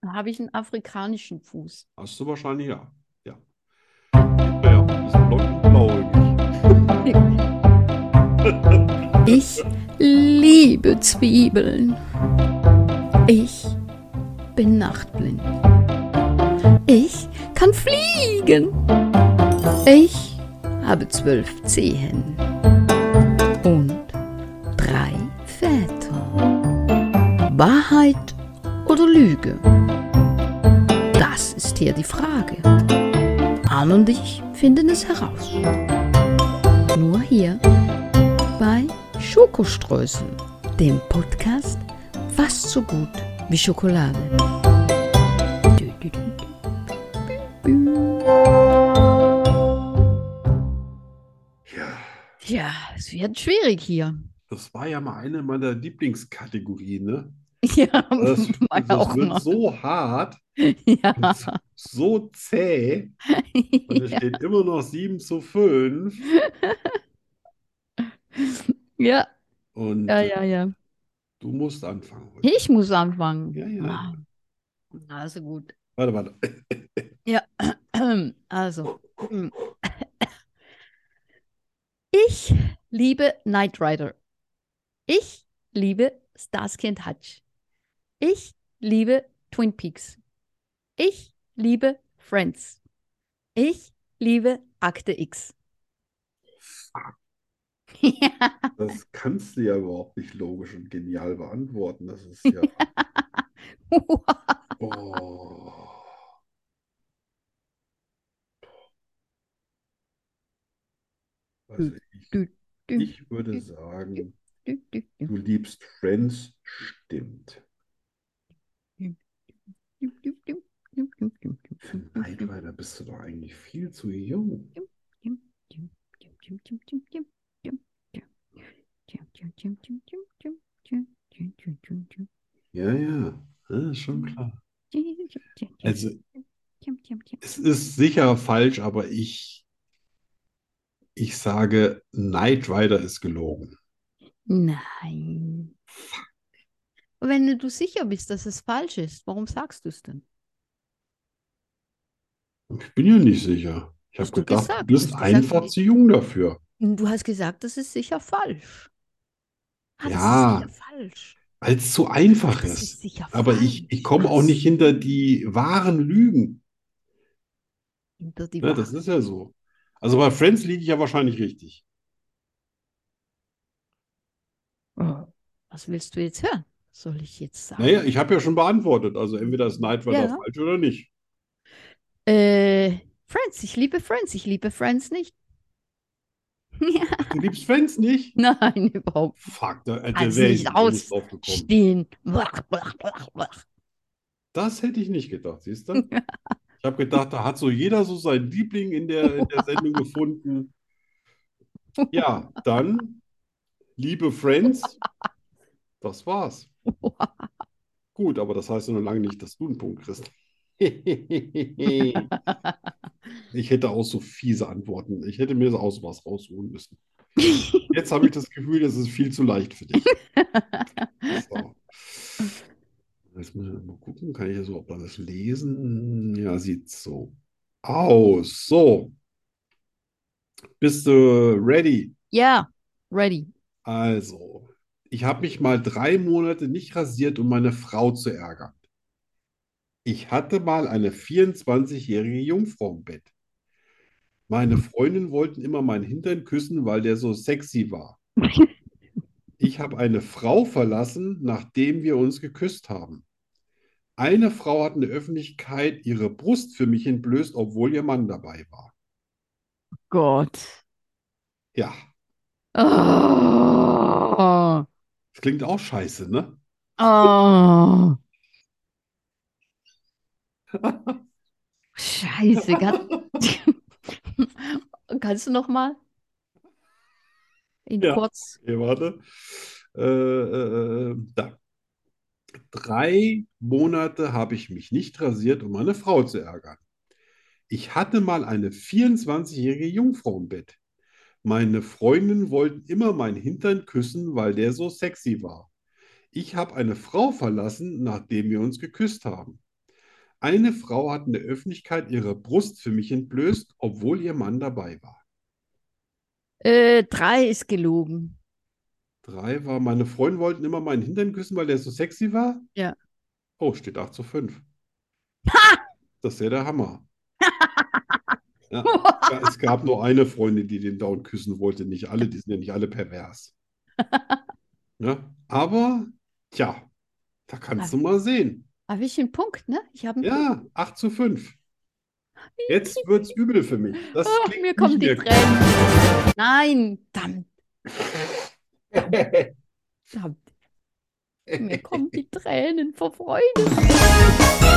S1: Da habe ich einen afrikanischen Fuß.
S2: Hast du wahrscheinlich, ja. Ja. Naja, ist blond und blauäugig.
S3: Ich liebe Zwiebeln. Ich bin nachtblind. Ich kann fliegen. Ich habe zwölf Zehen und drei Väter. Wahrheit oder Lüge? Das ist hier die Frage. Anne und ich finden es heraus. Nur hier bei Schokoströßen, dem Podcast fast so gut wie Schokolade. Dü, dü, dü.
S2: Ja.
S1: Ja, es wird schwierig hier.
S2: Das war ja mal eine meiner Lieblingskategorien, ne?
S1: Ja,
S2: Das,
S1: war ja
S2: das
S1: auch
S2: wird
S1: mal.
S2: so hart,
S1: Ja.
S2: so zäh und es
S1: Ja.
S2: steht immer noch 7 zu 5.
S1: Ja,
S2: Und
S1: ja,
S2: äh,
S1: ja, ja.
S2: du musst anfangen heute.
S1: Ich muss anfangen.
S2: Ja, ja.
S1: Mann. Also gut.
S2: Warte, warte.
S1: Also. Ich liebe Knight Rider. Ich liebe Starsky and Hutch. Ich liebe Twin Peaks. Ich liebe Friends. Ich liebe Akte X. Ja.
S2: Das kannst du ja überhaupt nicht logisch und genial beantworten. Das ist ja. Oh. Also ich, ich würde sagen, du liebst Friends, stimmt. Für
S1: Mhm.
S2: Knight Rider bist du doch eigentlich viel zu jung. Ja, ja, ja, ist
S1: Mhm.
S2: schon klar. Also, es ist sicher falsch, aber ich, ich sage, Knight Rider ist gelogen.
S1: Nein. Wenn du sicher bist, dass es falsch ist, warum sagst du es denn?
S2: Ich bin ja nicht sicher. Ich habe
S1: Hast du
S2: gedacht, du
S1: gesagt,
S2: bist
S1: hast gesagt,
S2: einfach
S1: nee.
S2: zu jung dafür.
S1: Du hast gesagt, das ist sicher falsch. Ah, das ist
S2: Ja.
S1: sicher falsch.
S2: Weil es zu einfach
S1: Das
S2: ist.
S1: ist sicher
S2: Aber ich,
S1: falsch.
S2: ich komme auch
S1: Was?
S2: nicht hinter die wahren Lügen.
S1: hinter die
S2: Ne, das ist ja so. Also bei Friends liege ich ja wahrscheinlich richtig.
S1: Wahrheit. Oh, Was willst du jetzt hören? Soll ich jetzt sagen?
S2: Naja, ich habe ja schon beantwortet. Also entweder ist Knight Rider
S1: Ja.
S2: falsch oder nicht.
S1: Äh, Friends, ich liebe Friends, ich liebe Friends nicht. Ja.
S2: Du liebst Fans nicht?
S1: Nein, überhaupt
S2: Fuck, da
S1: Kann's
S2: hätte wär
S1: nicht
S2: ich
S1: Also, aus-
S2: nicht drauf gekommen.
S1: stehen. Blach, blach, blach, blach.
S2: Das hätte ich nicht gedacht, siehst du? Ich habe gedacht, da hat so jeder so seinen Liebling in der, in der Sendung gefunden. Ja, dann, liebe Friends, das war's. Gut, aber das heißt ja noch lange nicht, dass du einen Punkt kriegst. Ich hätte auch so fiese Antworten. Ich hätte mir so aus was rausholen müssen. Jetzt habe ich das Gefühl, das ist viel zu leicht für dich. So. Jetzt muss ich mal gucken, kann ich das überhaupt alles lesen? Ja, sieht so aus. So. Bist du ready?
S1: Ja, ready.
S2: Also, ich habe mich mal drei Monate nicht rasiert, um meine Frau zu ärgern. Ich hatte mal eine 24-jährige Jungfrau im Bett. Meine Freundinnen wollten immer meinen Hintern küssen, weil der so sexy war. Ich habe eine Frau verlassen, nachdem wir uns geküsst haben. Eine Frau hat in der Öffentlichkeit ihre Brust für mich entblößt, obwohl ihr Mann dabei war.
S1: Gott.
S2: Ja,
S1: Oh.
S2: das klingt auch scheiße, ne?
S1: Oh. Scheiße. Kann... Kannst du noch mal? In
S2: Ja.
S1: kurz.
S2: Okay, warte. Äh, äh, äh, da. Drei Monate habe ich mich nicht rasiert, um meine Frau zu ärgern. Ich hatte mal eine 24-jährige Jungfrau im Bett. Meine Freundinnen wollten immer meinen Hintern küssen, weil der so sexy war. Ich habe eine Frau verlassen, nachdem wir uns geküsst haben. Eine Frau hat in der Öffentlichkeit ihre Brust für mich entblößt, obwohl ihr Mann dabei war.
S1: Äh, drei ist gelogen.
S2: Drei war, meine Freunde wollten immer meinen Hintern küssen, weil der so sexy war.
S1: Ja.
S2: Oh, steht 8 zu 5. Das ist ja der Hammer. Ja, ja, es gab nur eine Freundin, die den Down küssen wollte, nicht alle, die sind ja nicht alle pervers. Ne? Aber, tja, da kannst du mal sehen.
S1: Habe ich einen Punkt, ne? Ich habe einen Punkt.
S2: Ja, 8 zu 5. Jetzt wird's übel für mich. Das
S1: Oh,
S2: klingt
S1: mir
S2: nicht
S1: kommen die
S2: mehr
S1: Tränen. Nein, verdammt, verdammt. Mir kommen die Tränen vor Freude.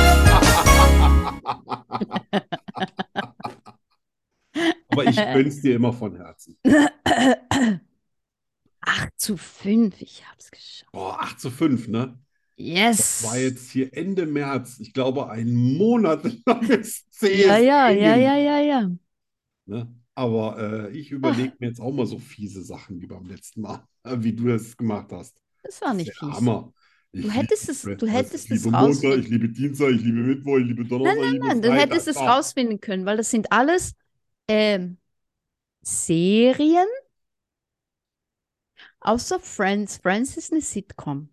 S2: Aber ich gönn's dir immer von Herzen.
S1: Acht zu fünf, ich hab's geschafft.
S2: Boah, 8 zu 5, ne?
S1: Yes.
S2: war jetzt hier Ende März, ich glaube, ein monatelanges
S1: ja, ja, ja,
S2: CSD.
S1: ja, ja, ja.
S2: Ne? Aber äh, ich überlege mir jetzt auch mal so fiese Sachen wie beim letzten Mal, äh, wie du das gemacht hast.
S1: Das war nicht
S2: Der
S1: fies.
S2: Hammer. Ich
S1: Du
S2: liebe
S1: hättest es, du
S2: Breakfast.
S1: hättest es
S2: ich liebe Montag,
S1: rausfinden.
S2: ich liebe Dienstag, ich liebe Mittwoch, ich liebe Donnerstag, ich liebe
S1: Nein, du
S2: Freitag. Ah,
S1: hättest es
S2: So.
S1: rausfinden können, weil das sind alles ähm, Serien. Außer Friends. Friends ist eine Sitcom.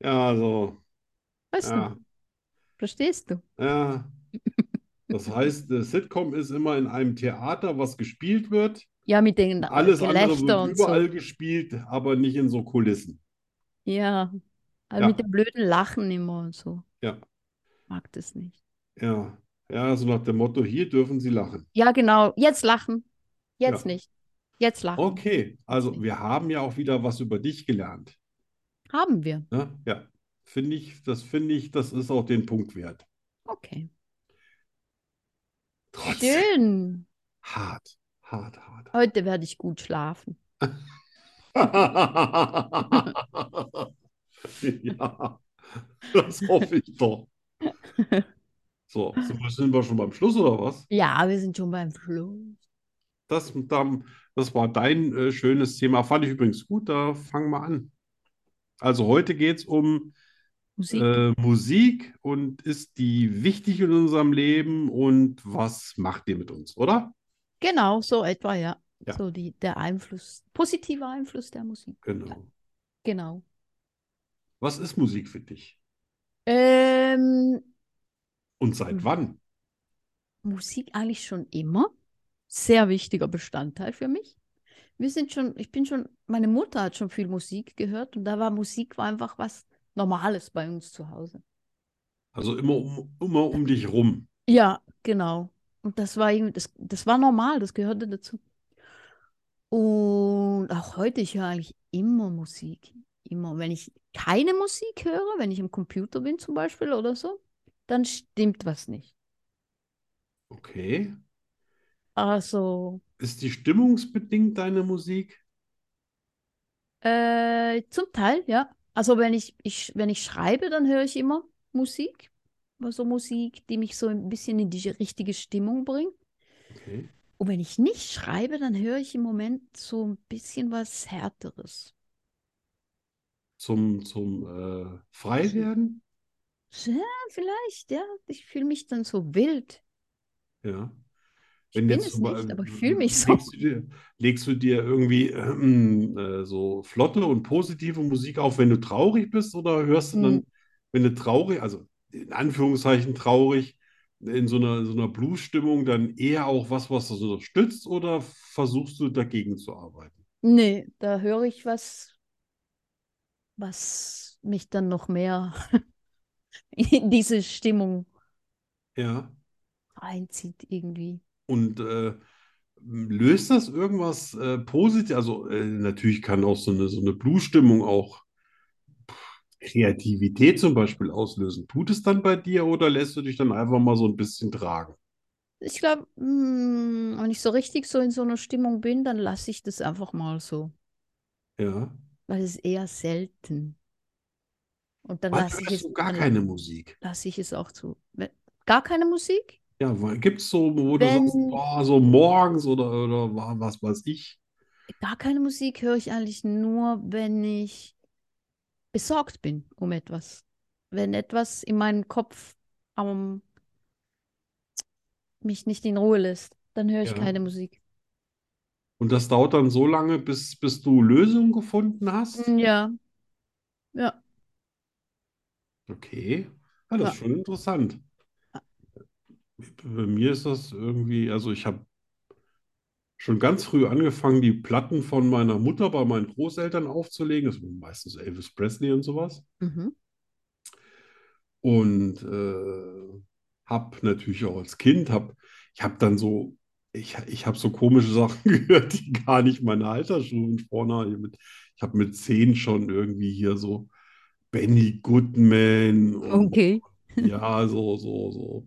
S2: Ja, also,
S1: Weißt
S2: ja,
S1: du? Verstehst du?
S2: ja. Das heißt, äh, Sitcom ist immer in einem Theater, was gespielt wird.
S1: Ja, mit den
S2: Alles andere
S1: Gelächter
S2: wird
S1: und so.
S2: überall gespielt, aber nicht in so Kulissen.
S1: Ja, aber
S2: Ja.
S1: mit dem blöden Lachen immer und so.
S2: Ja.
S1: Mag das nicht.
S2: Ja, ja, so nach dem Motto, hier dürfen Sie lachen.
S1: Ja, genau. Jetzt lachen.
S2: Ja.
S1: Jetzt nicht. Jetzt lachen.
S2: Okay, also wir haben ja auch wieder was über dich gelernt.
S1: Haben wir.
S2: Ne? Ja, finde ich, das finde ich, das ist auch den Punkt wert.
S1: Okay.
S2: Trotzdem
S1: Schön.
S2: hart, hart, hart.
S1: Heute werde ich gut schlafen.
S2: Ja, das hoffe ich doch. So, so sind wir schon beim Schluss oder was?
S1: Ja, wir sind schon beim Schluss.
S2: Das, da- das war dein äh, schönes Thema. Fand ich übrigens gut, da fangen wir an. Also heute geht es um
S1: Musik.
S2: Äh, Musik und ist die wichtig in unserem Leben und was macht die mit uns, oder?
S1: Genau, so etwa, ja.
S2: Ja.
S1: So die, der Einfluss, positiver Einfluss der Musik.
S2: Genau.
S1: Genau.
S2: Was ist Musik für dich?
S1: Ähm,
S2: Und seit wann?
S1: Musik eigentlich schon immer. Sehr wichtiger Bestandteil für mich. Wir sind schon, ich bin schon, meine Mutter hat schon viel Musik gehört und da war Musik war einfach was Normales bei uns zu Hause.
S2: Also immer um, immer um dich rum.
S1: Ja, genau. Und das war irgendwie, das, das war normal, das gehörte dazu. Und auch heute, ich höre eigentlich immer Musik. Immer. Wenn ich keine Musik höre, wenn ich im Computer bin zum Beispiel oder so, dann stimmt was nicht.
S2: Okay.
S1: Also,
S2: Ist die stimmungsbedingt deine Musik?
S1: äh, zum Teil, ja. Also wenn ich, ich, wenn ich schreibe, dann höre ich immer Musik. Aber So Musik, die mich so ein bisschen in die richtige Stimmung bringt.
S2: Okay.
S1: Und wenn ich nicht schreibe, dann höre ich im Moment so ein bisschen was Härteres.
S2: Zum, zum äh, Freiwerden?
S1: Ja, vielleicht, ja. Ich fühle mich dann so wild.
S2: Ja.
S1: Ich
S2: Wenn
S1: bin
S2: jetzt
S1: es
S2: zum Be-
S1: nicht, aber ich fühle mich so.
S2: legst du dir, legst du dir irgendwie ähm, äh, so flotte und positive Musik auf, wenn du traurig bist, oder hörst du dann,
S1: Hm.
S2: wenn du traurig, also in Anführungszeichen traurig, in so einer, so einer Blues-Stimmung dann eher auch was, was das unterstützt, oder versuchst du dagegen zu arbeiten?
S1: Nee, da höre ich was, was mich dann noch mehr in diese Stimmung
S2: Ja.
S1: reinzieht irgendwie.
S2: Und äh, löst das irgendwas äh, positiv? Also äh, natürlich kann auch so eine, so eine Blues-Stimmung auch Kreativität zum Beispiel auslösen. Tut es dann bei dir oder lässt du dich dann einfach mal so ein bisschen tragen?
S1: Ich glaube, wenn ich so richtig so in so einer Stimmung bin, dann lasse ich das einfach mal so,
S2: Ja.
S1: weil es ist eher selten. Und dann
S2: Wann
S1: lasse ich
S2: hörst
S1: es,
S2: du gar
S1: dann
S2: keine Musik?
S1: lasse ich es auch zu. Wenn- Gar keine Musik?
S2: Ja, gibt es so, wo du sagst,
S1: Wenn
S2: oh, so morgens oder, oder wa- was weiß ich?
S1: gar keine Musik höre ich eigentlich nur, wenn ich besorgt bin um etwas. Wenn etwas in meinem Kopf ähm, mich nicht in Ruhe lässt, dann höre ich
S2: Ja.
S1: keine Musik.
S2: Und das dauert dann so lange, bis, bis du Lösungen gefunden hast?
S1: Hm, Ja, ja.
S2: Okay. Ja, das
S1: ja.
S2: ist schon interessant. Bei mir ist das irgendwie, also ich habe schon ganz früh angefangen, die Platten von meiner Mutter bei meinen Großeltern aufzulegen. Das sind meistens Elvis Presley und sowas.
S1: Mhm.
S2: Und äh, hab natürlich auch als Kind, hab, ich hab dann so, ich, ich habe so komische Sachen gehört, die gar nicht meine Altersschulen vorne. Mit, ich habe mit zehn schon irgendwie hier so Benny Goodman und
S1: Okay.
S2: ja, so, so, so,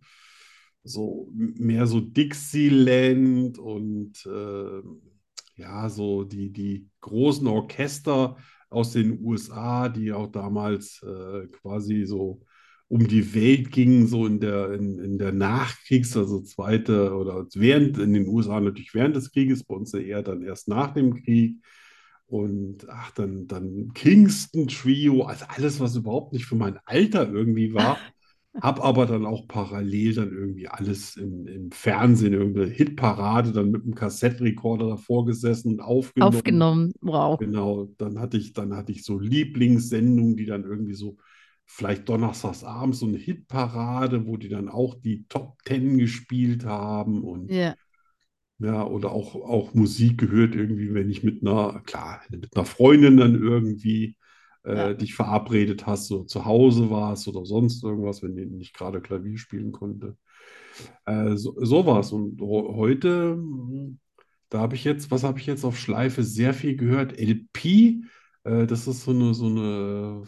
S2: so mehr so Dixieland und ähm, ja, so die, die großen Orchester aus den USA, die auch damals äh, quasi so um die Welt gingen, so in der, in, in der Nachkriegs-, also zweite oder während, in den USA natürlich während des Krieges, bei uns eher dann erst nach dem Krieg. Und ach, dann, dann Kingston Trio, also alles, was überhaupt nicht für mein Alter irgendwie war. Hab aber dann auch parallel dann irgendwie alles im, im Fernsehen, irgendeine Hitparade, dann mit einem Kassettenrekorder davor gesessen und aufgenommen.
S1: Aufgenommen. Wow.
S2: Genau, dann hatte ich, dann hatte ich so Lieblingssendungen, die dann irgendwie so, vielleicht donnerstags abends, so eine Hitparade, wo die dann auch die Top Ten gespielt haben und
S1: Ja.
S2: ja, oder auch, auch Musik gehört irgendwie, wenn ich mit einer, klar, mit einer Freundin dann irgendwie
S1: Ja.
S2: äh, dich verabredet hast, so zu Hause warst oder sonst irgendwas, wenn die nicht gerade Klavier spielen konnte. Äh, so, sowas. Und ho- heute, mh, da habe ich jetzt, was habe ich jetzt auf Schleife sehr viel gehört? LP, äh, das ist so eine, so eine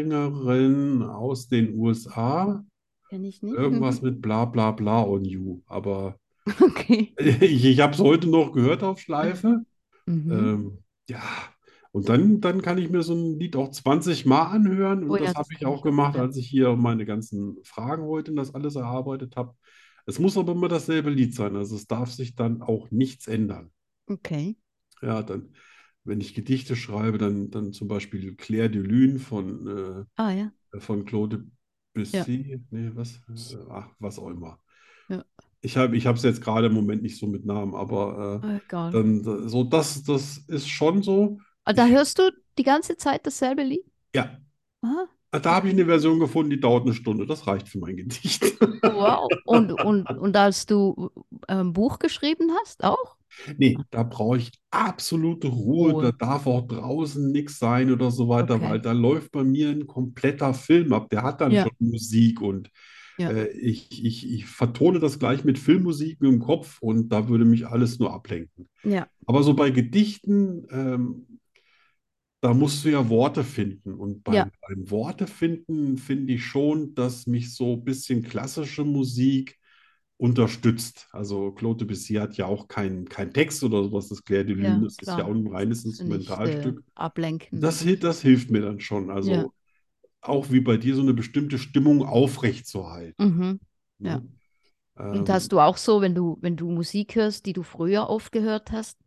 S2: Folksängerin aus den USA.
S1: Kenne ich nicht.
S2: Irgendwas mit bla bla bla on you, aber.
S1: Okay.
S2: Ich, ich habe es heute noch gehört auf Schleife.
S1: Mhm.
S2: Ähm, ja, und dann, dann kann ich mir so ein Lied auch 20 Mal anhören.
S1: Oh
S2: Und
S1: ja,
S2: das habe
S1: das
S2: ich
S1: kann
S2: auch
S1: ich auch.
S2: gemacht,
S1: Ja.
S2: als ich hier meine ganzen Fragen heute und das alles erarbeitet habe. Es muss aber immer dasselbe Lied sein. Also es darf sich dann auch nichts ändern.
S1: Okay.
S2: Ja, dann, wenn ich Gedichte schreibe, dann, dann zum Beispiel Claire de Lune von,
S1: Ah ja.
S2: äh, von Claude
S1: Ja.
S2: Debussy. Nee, was? Äh, Ach, was auch immer.
S1: Ja.
S2: Ich habe, ich habe es jetzt gerade im Moment nicht so mit Namen, aber äh,
S1: Oh, egal.
S2: dann da- so das, das ist schon so.
S1: Ah, Da
S2: Ich,
S1: hörst du die ganze Zeit dasselbe Lied?
S2: ja,
S1: Ah,
S2: da habe ich eine Version gefunden, die dauert eine Stunde. Das reicht für mein Gedicht.
S1: wow. Und, und, und als du äh, ein Buch geschrieben hast, auch?
S2: Nee, da brauche ich absolute Ruhe. Da
S1: Ruhe.
S2: darf auch draußen nichts sein oder so weiter, weil
S1: Okay.
S2: da läuft bei mir ein kompletter Film ab. Der hat dann
S1: Ja.
S2: schon Musik und
S1: Ja.
S2: Äh, ich, ich, ich vertone das gleich mit Filmmusiken im Kopf und da würde mich alles nur ablenken.
S1: Ja.
S2: Aber so bei Gedichten, ähm, da musst du ja Worte finden. Und beim,
S1: Ja.
S2: beim Worte finden finde ich schon, dass mich so ein bisschen klassische Musik unterstützt. Also Claude Debussy hat ja auch keinen kein Text oder sowas, das Clair de Lune,
S1: Ja,
S2: das ist ja
S1: klar.
S2: auch ein reines
S1: Musst du nicht äh,
S2: Instrumentalstück.
S1: ablenken.
S2: Das, hil- das hilft mir dann schon. Also
S1: Ja.
S2: auch wie bei dir so eine bestimmte Stimmung aufrechtzuerhalten.
S1: Mhm.
S2: ne?
S1: Ja.
S2: Ähm,
S1: Und hast du auch so, wenn du, wenn du Musik hörst, die du früher oft gehört hast,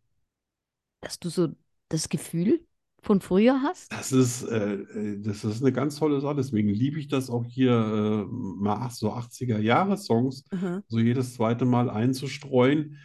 S1: dass du so das Gefühl von früher hast?
S2: das ist, äh, äh, das ist eine ganz tolle Sache. Deswegen liebe ich das auch hier äh, mal ach, so 80er-Jahre-Songs,
S1: Mhm.
S2: so jedes zweite Mal einzustreuen,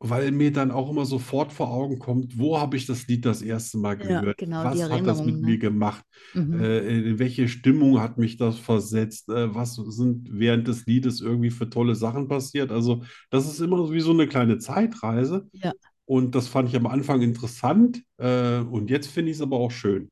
S2: weil mir dann auch immer sofort vor Augen kommt, wo habe ich das Lied das erste Mal
S1: Ja,
S2: gehört?
S1: genau, die
S2: Was hat das mit
S1: Erinnerung, ne?
S2: mir gemacht?
S1: Mhm.
S2: Äh, in welche Stimmung hat mich das versetzt? Äh, was sind während des Liedes irgendwie für tolle Sachen passiert? Also, das ist immer wie so eine kleine Zeitreise.
S1: Ja.
S2: Und das fand ich am Anfang interessant. Äh, und jetzt finde ich es aber auch schön.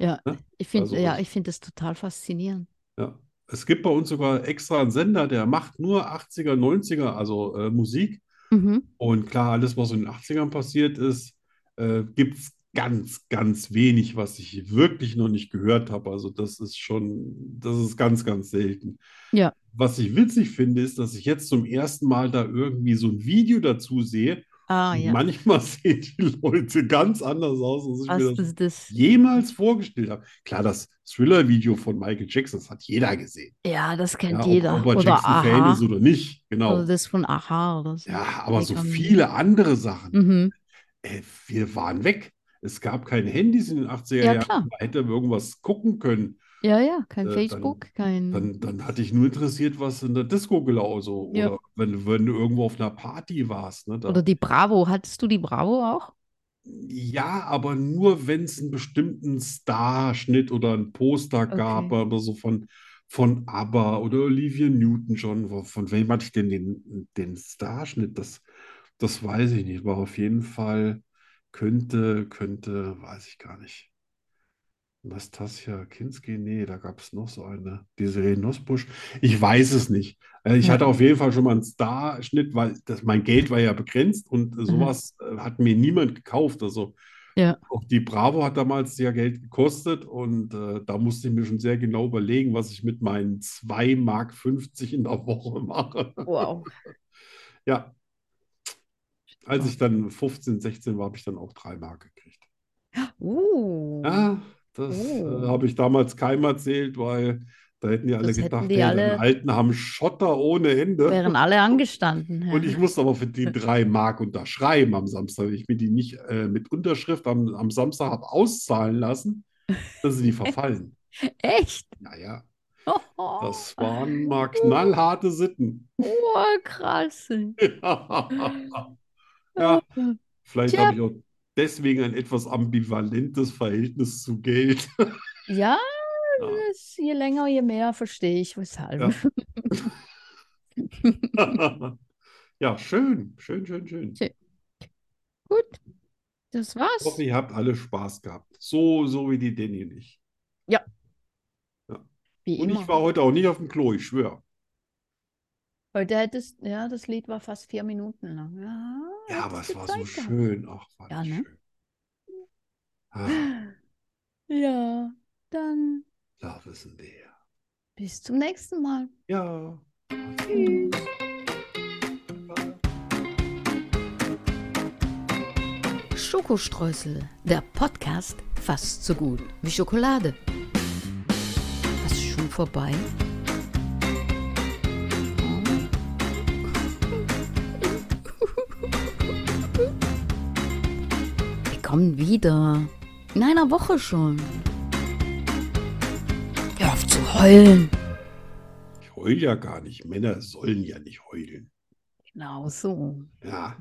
S1: Ja,
S2: Ne?
S1: ich finde,
S2: Also
S1: ja,
S2: das-
S1: ich finde das total faszinierend.
S2: Ja. Es gibt bei uns sogar extra einen Sender, der macht nur 80er, 90er, also äh, Musik.
S1: Mhm.
S2: Und klar, alles, was in den 80ern passiert ist, äh, gibt es ganz, ganz wenig, was ich wirklich noch nicht gehört habe. Also das ist schon, das ist ganz, ganz selten.
S1: Ja.
S2: Was ich witzig finde, ist, dass ich jetzt zum ersten Mal da irgendwie so ein Video dazu sehe.
S1: Ah
S2: Und
S1: ja,
S2: manchmal sehen die Leute ganz anders aus, als ich
S1: hast
S2: mir das
S1: du das?
S2: jemals vorgestellt habe. Klar, das Thriller-Video von Michael Jackson, das hat jeder gesehen.
S1: Ja, das kennt
S2: Ja,
S1: jeder.
S2: ob Robert
S1: Oder
S2: Jackson-Fan
S1: Aha.
S2: ist oder nicht,
S1: Oder
S2: genau.
S1: das von Aha oder so.
S2: Ja, aber so
S1: Mega Mini.
S2: viele andere Sachen
S1: Mhm.
S2: äh, wir waren weg. Es gab keine Handys in den 80er
S1: Ja,
S2: Jahren.
S1: klar.
S2: Da hätte man irgendwas gucken können.
S1: Ja, ja, kein
S2: Äh, dann-
S1: Facebook, kein.
S2: Dann, dann hatte ich nur interessiert, was in der Disco gelaufen ist. So.
S1: Ja.
S2: Oder wenn, wenn du irgendwo auf einer Party warst. Ne, da.
S1: Oder die Bravo. Hattest du die Bravo auch?
S2: Ja, aber nur, wenn es einen bestimmten Starschnitt oder ein Poster gab,
S1: Okay.
S2: aber so von, von ABBA oder Olivia Newton-John. Wo- Von wem hatte ich denn den, den Starschnitt? Das, das weiß ich nicht. War auf jeden Fall, könnte, könnte, weiß ich gar nicht. Nastassja Kinski, nee, da gab es noch so eine. Desiree Nussbusch. Ich weiß es nicht. Äh, Ich
S1: Ja.
S2: hatte auf jeden Fall schon mal einen Starschnitt, weil das, mein Geld war ja begrenzt und äh, sowas äh, hat mir niemand gekauft. Also
S1: Mhm. Ja.
S2: auch die Bravo hat damals ja Geld gekostet und äh, da musste ich mir schon sehr genau überlegen, was ich mit meinen 2,50 Mark in der Woche mache.
S1: Wow.
S2: Ja, als
S1: Super.
S2: ich dann 15, 16 war, habe ich dann auch 3 Mark gekriegt.
S1: Uh,
S2: Ja, das äh,
S1: Oh.
S2: habe ich damals keinem erzählt, weil da hätten die alle
S1: Das hätten
S2: gedacht,
S1: die
S2: hey,
S1: alle-
S2: deine Alten haben Schotter ohne Ende.
S1: wären alle angestanden. ja.
S2: Und ich musste aber für die drei Mark unterschreiben am Samstag. Wenn Ich mir die nicht äh, mit Unterschrift am, am Samstag habe auszahlen lassen, dann sind die verfallen.
S1: Echt?
S2: Naja,
S1: Hoho.
S2: das waren mal knallharte Sitten.
S1: Oh, krass.
S2: Ja, vielleicht
S1: Tja.
S2: habe ich auch deswegen ein etwas ambivalentes Verhältnis zu Geld.
S1: Ja,
S2: Ja.
S1: das, je länger, je mehr verstehe ich, weshalb.
S2: Ja. Ja, schön, schön, schön, schön.
S1: Gut, das
S2: Ich hoffe,
S1: war's.
S2: ihr habt alle Spaß gehabt. So, so wie die Denny und ich.
S1: Wie
S2: Und
S1: immer.
S2: ich war heute auch nicht auf dem Klo, ich schwöre.
S1: Heute hättest, ja, das Lied war fast vier Minuten lang. Ja,
S2: Ja, aber
S1: hättest
S2: es
S1: du
S2: war so
S1: Zeit gehabt.
S2: schön. Ach, war
S1: Ja,
S2: das
S1: ne?
S2: schön. Ah,
S1: Ja, dann
S2: da wissen wir.
S1: bis zum nächsten Mal.
S2: Ja.
S1: Tschüss.
S3: Schokostreusel, der Podcast fast so gut wie Schokolade. Was ist schon vorbei? Wir kommen wieder. In einer Woche schon. Hör auf zu heulen.
S2: Ich heule ja gar nicht. Männer sollen ja nicht heulen.
S1: Genau so.
S2: Ja.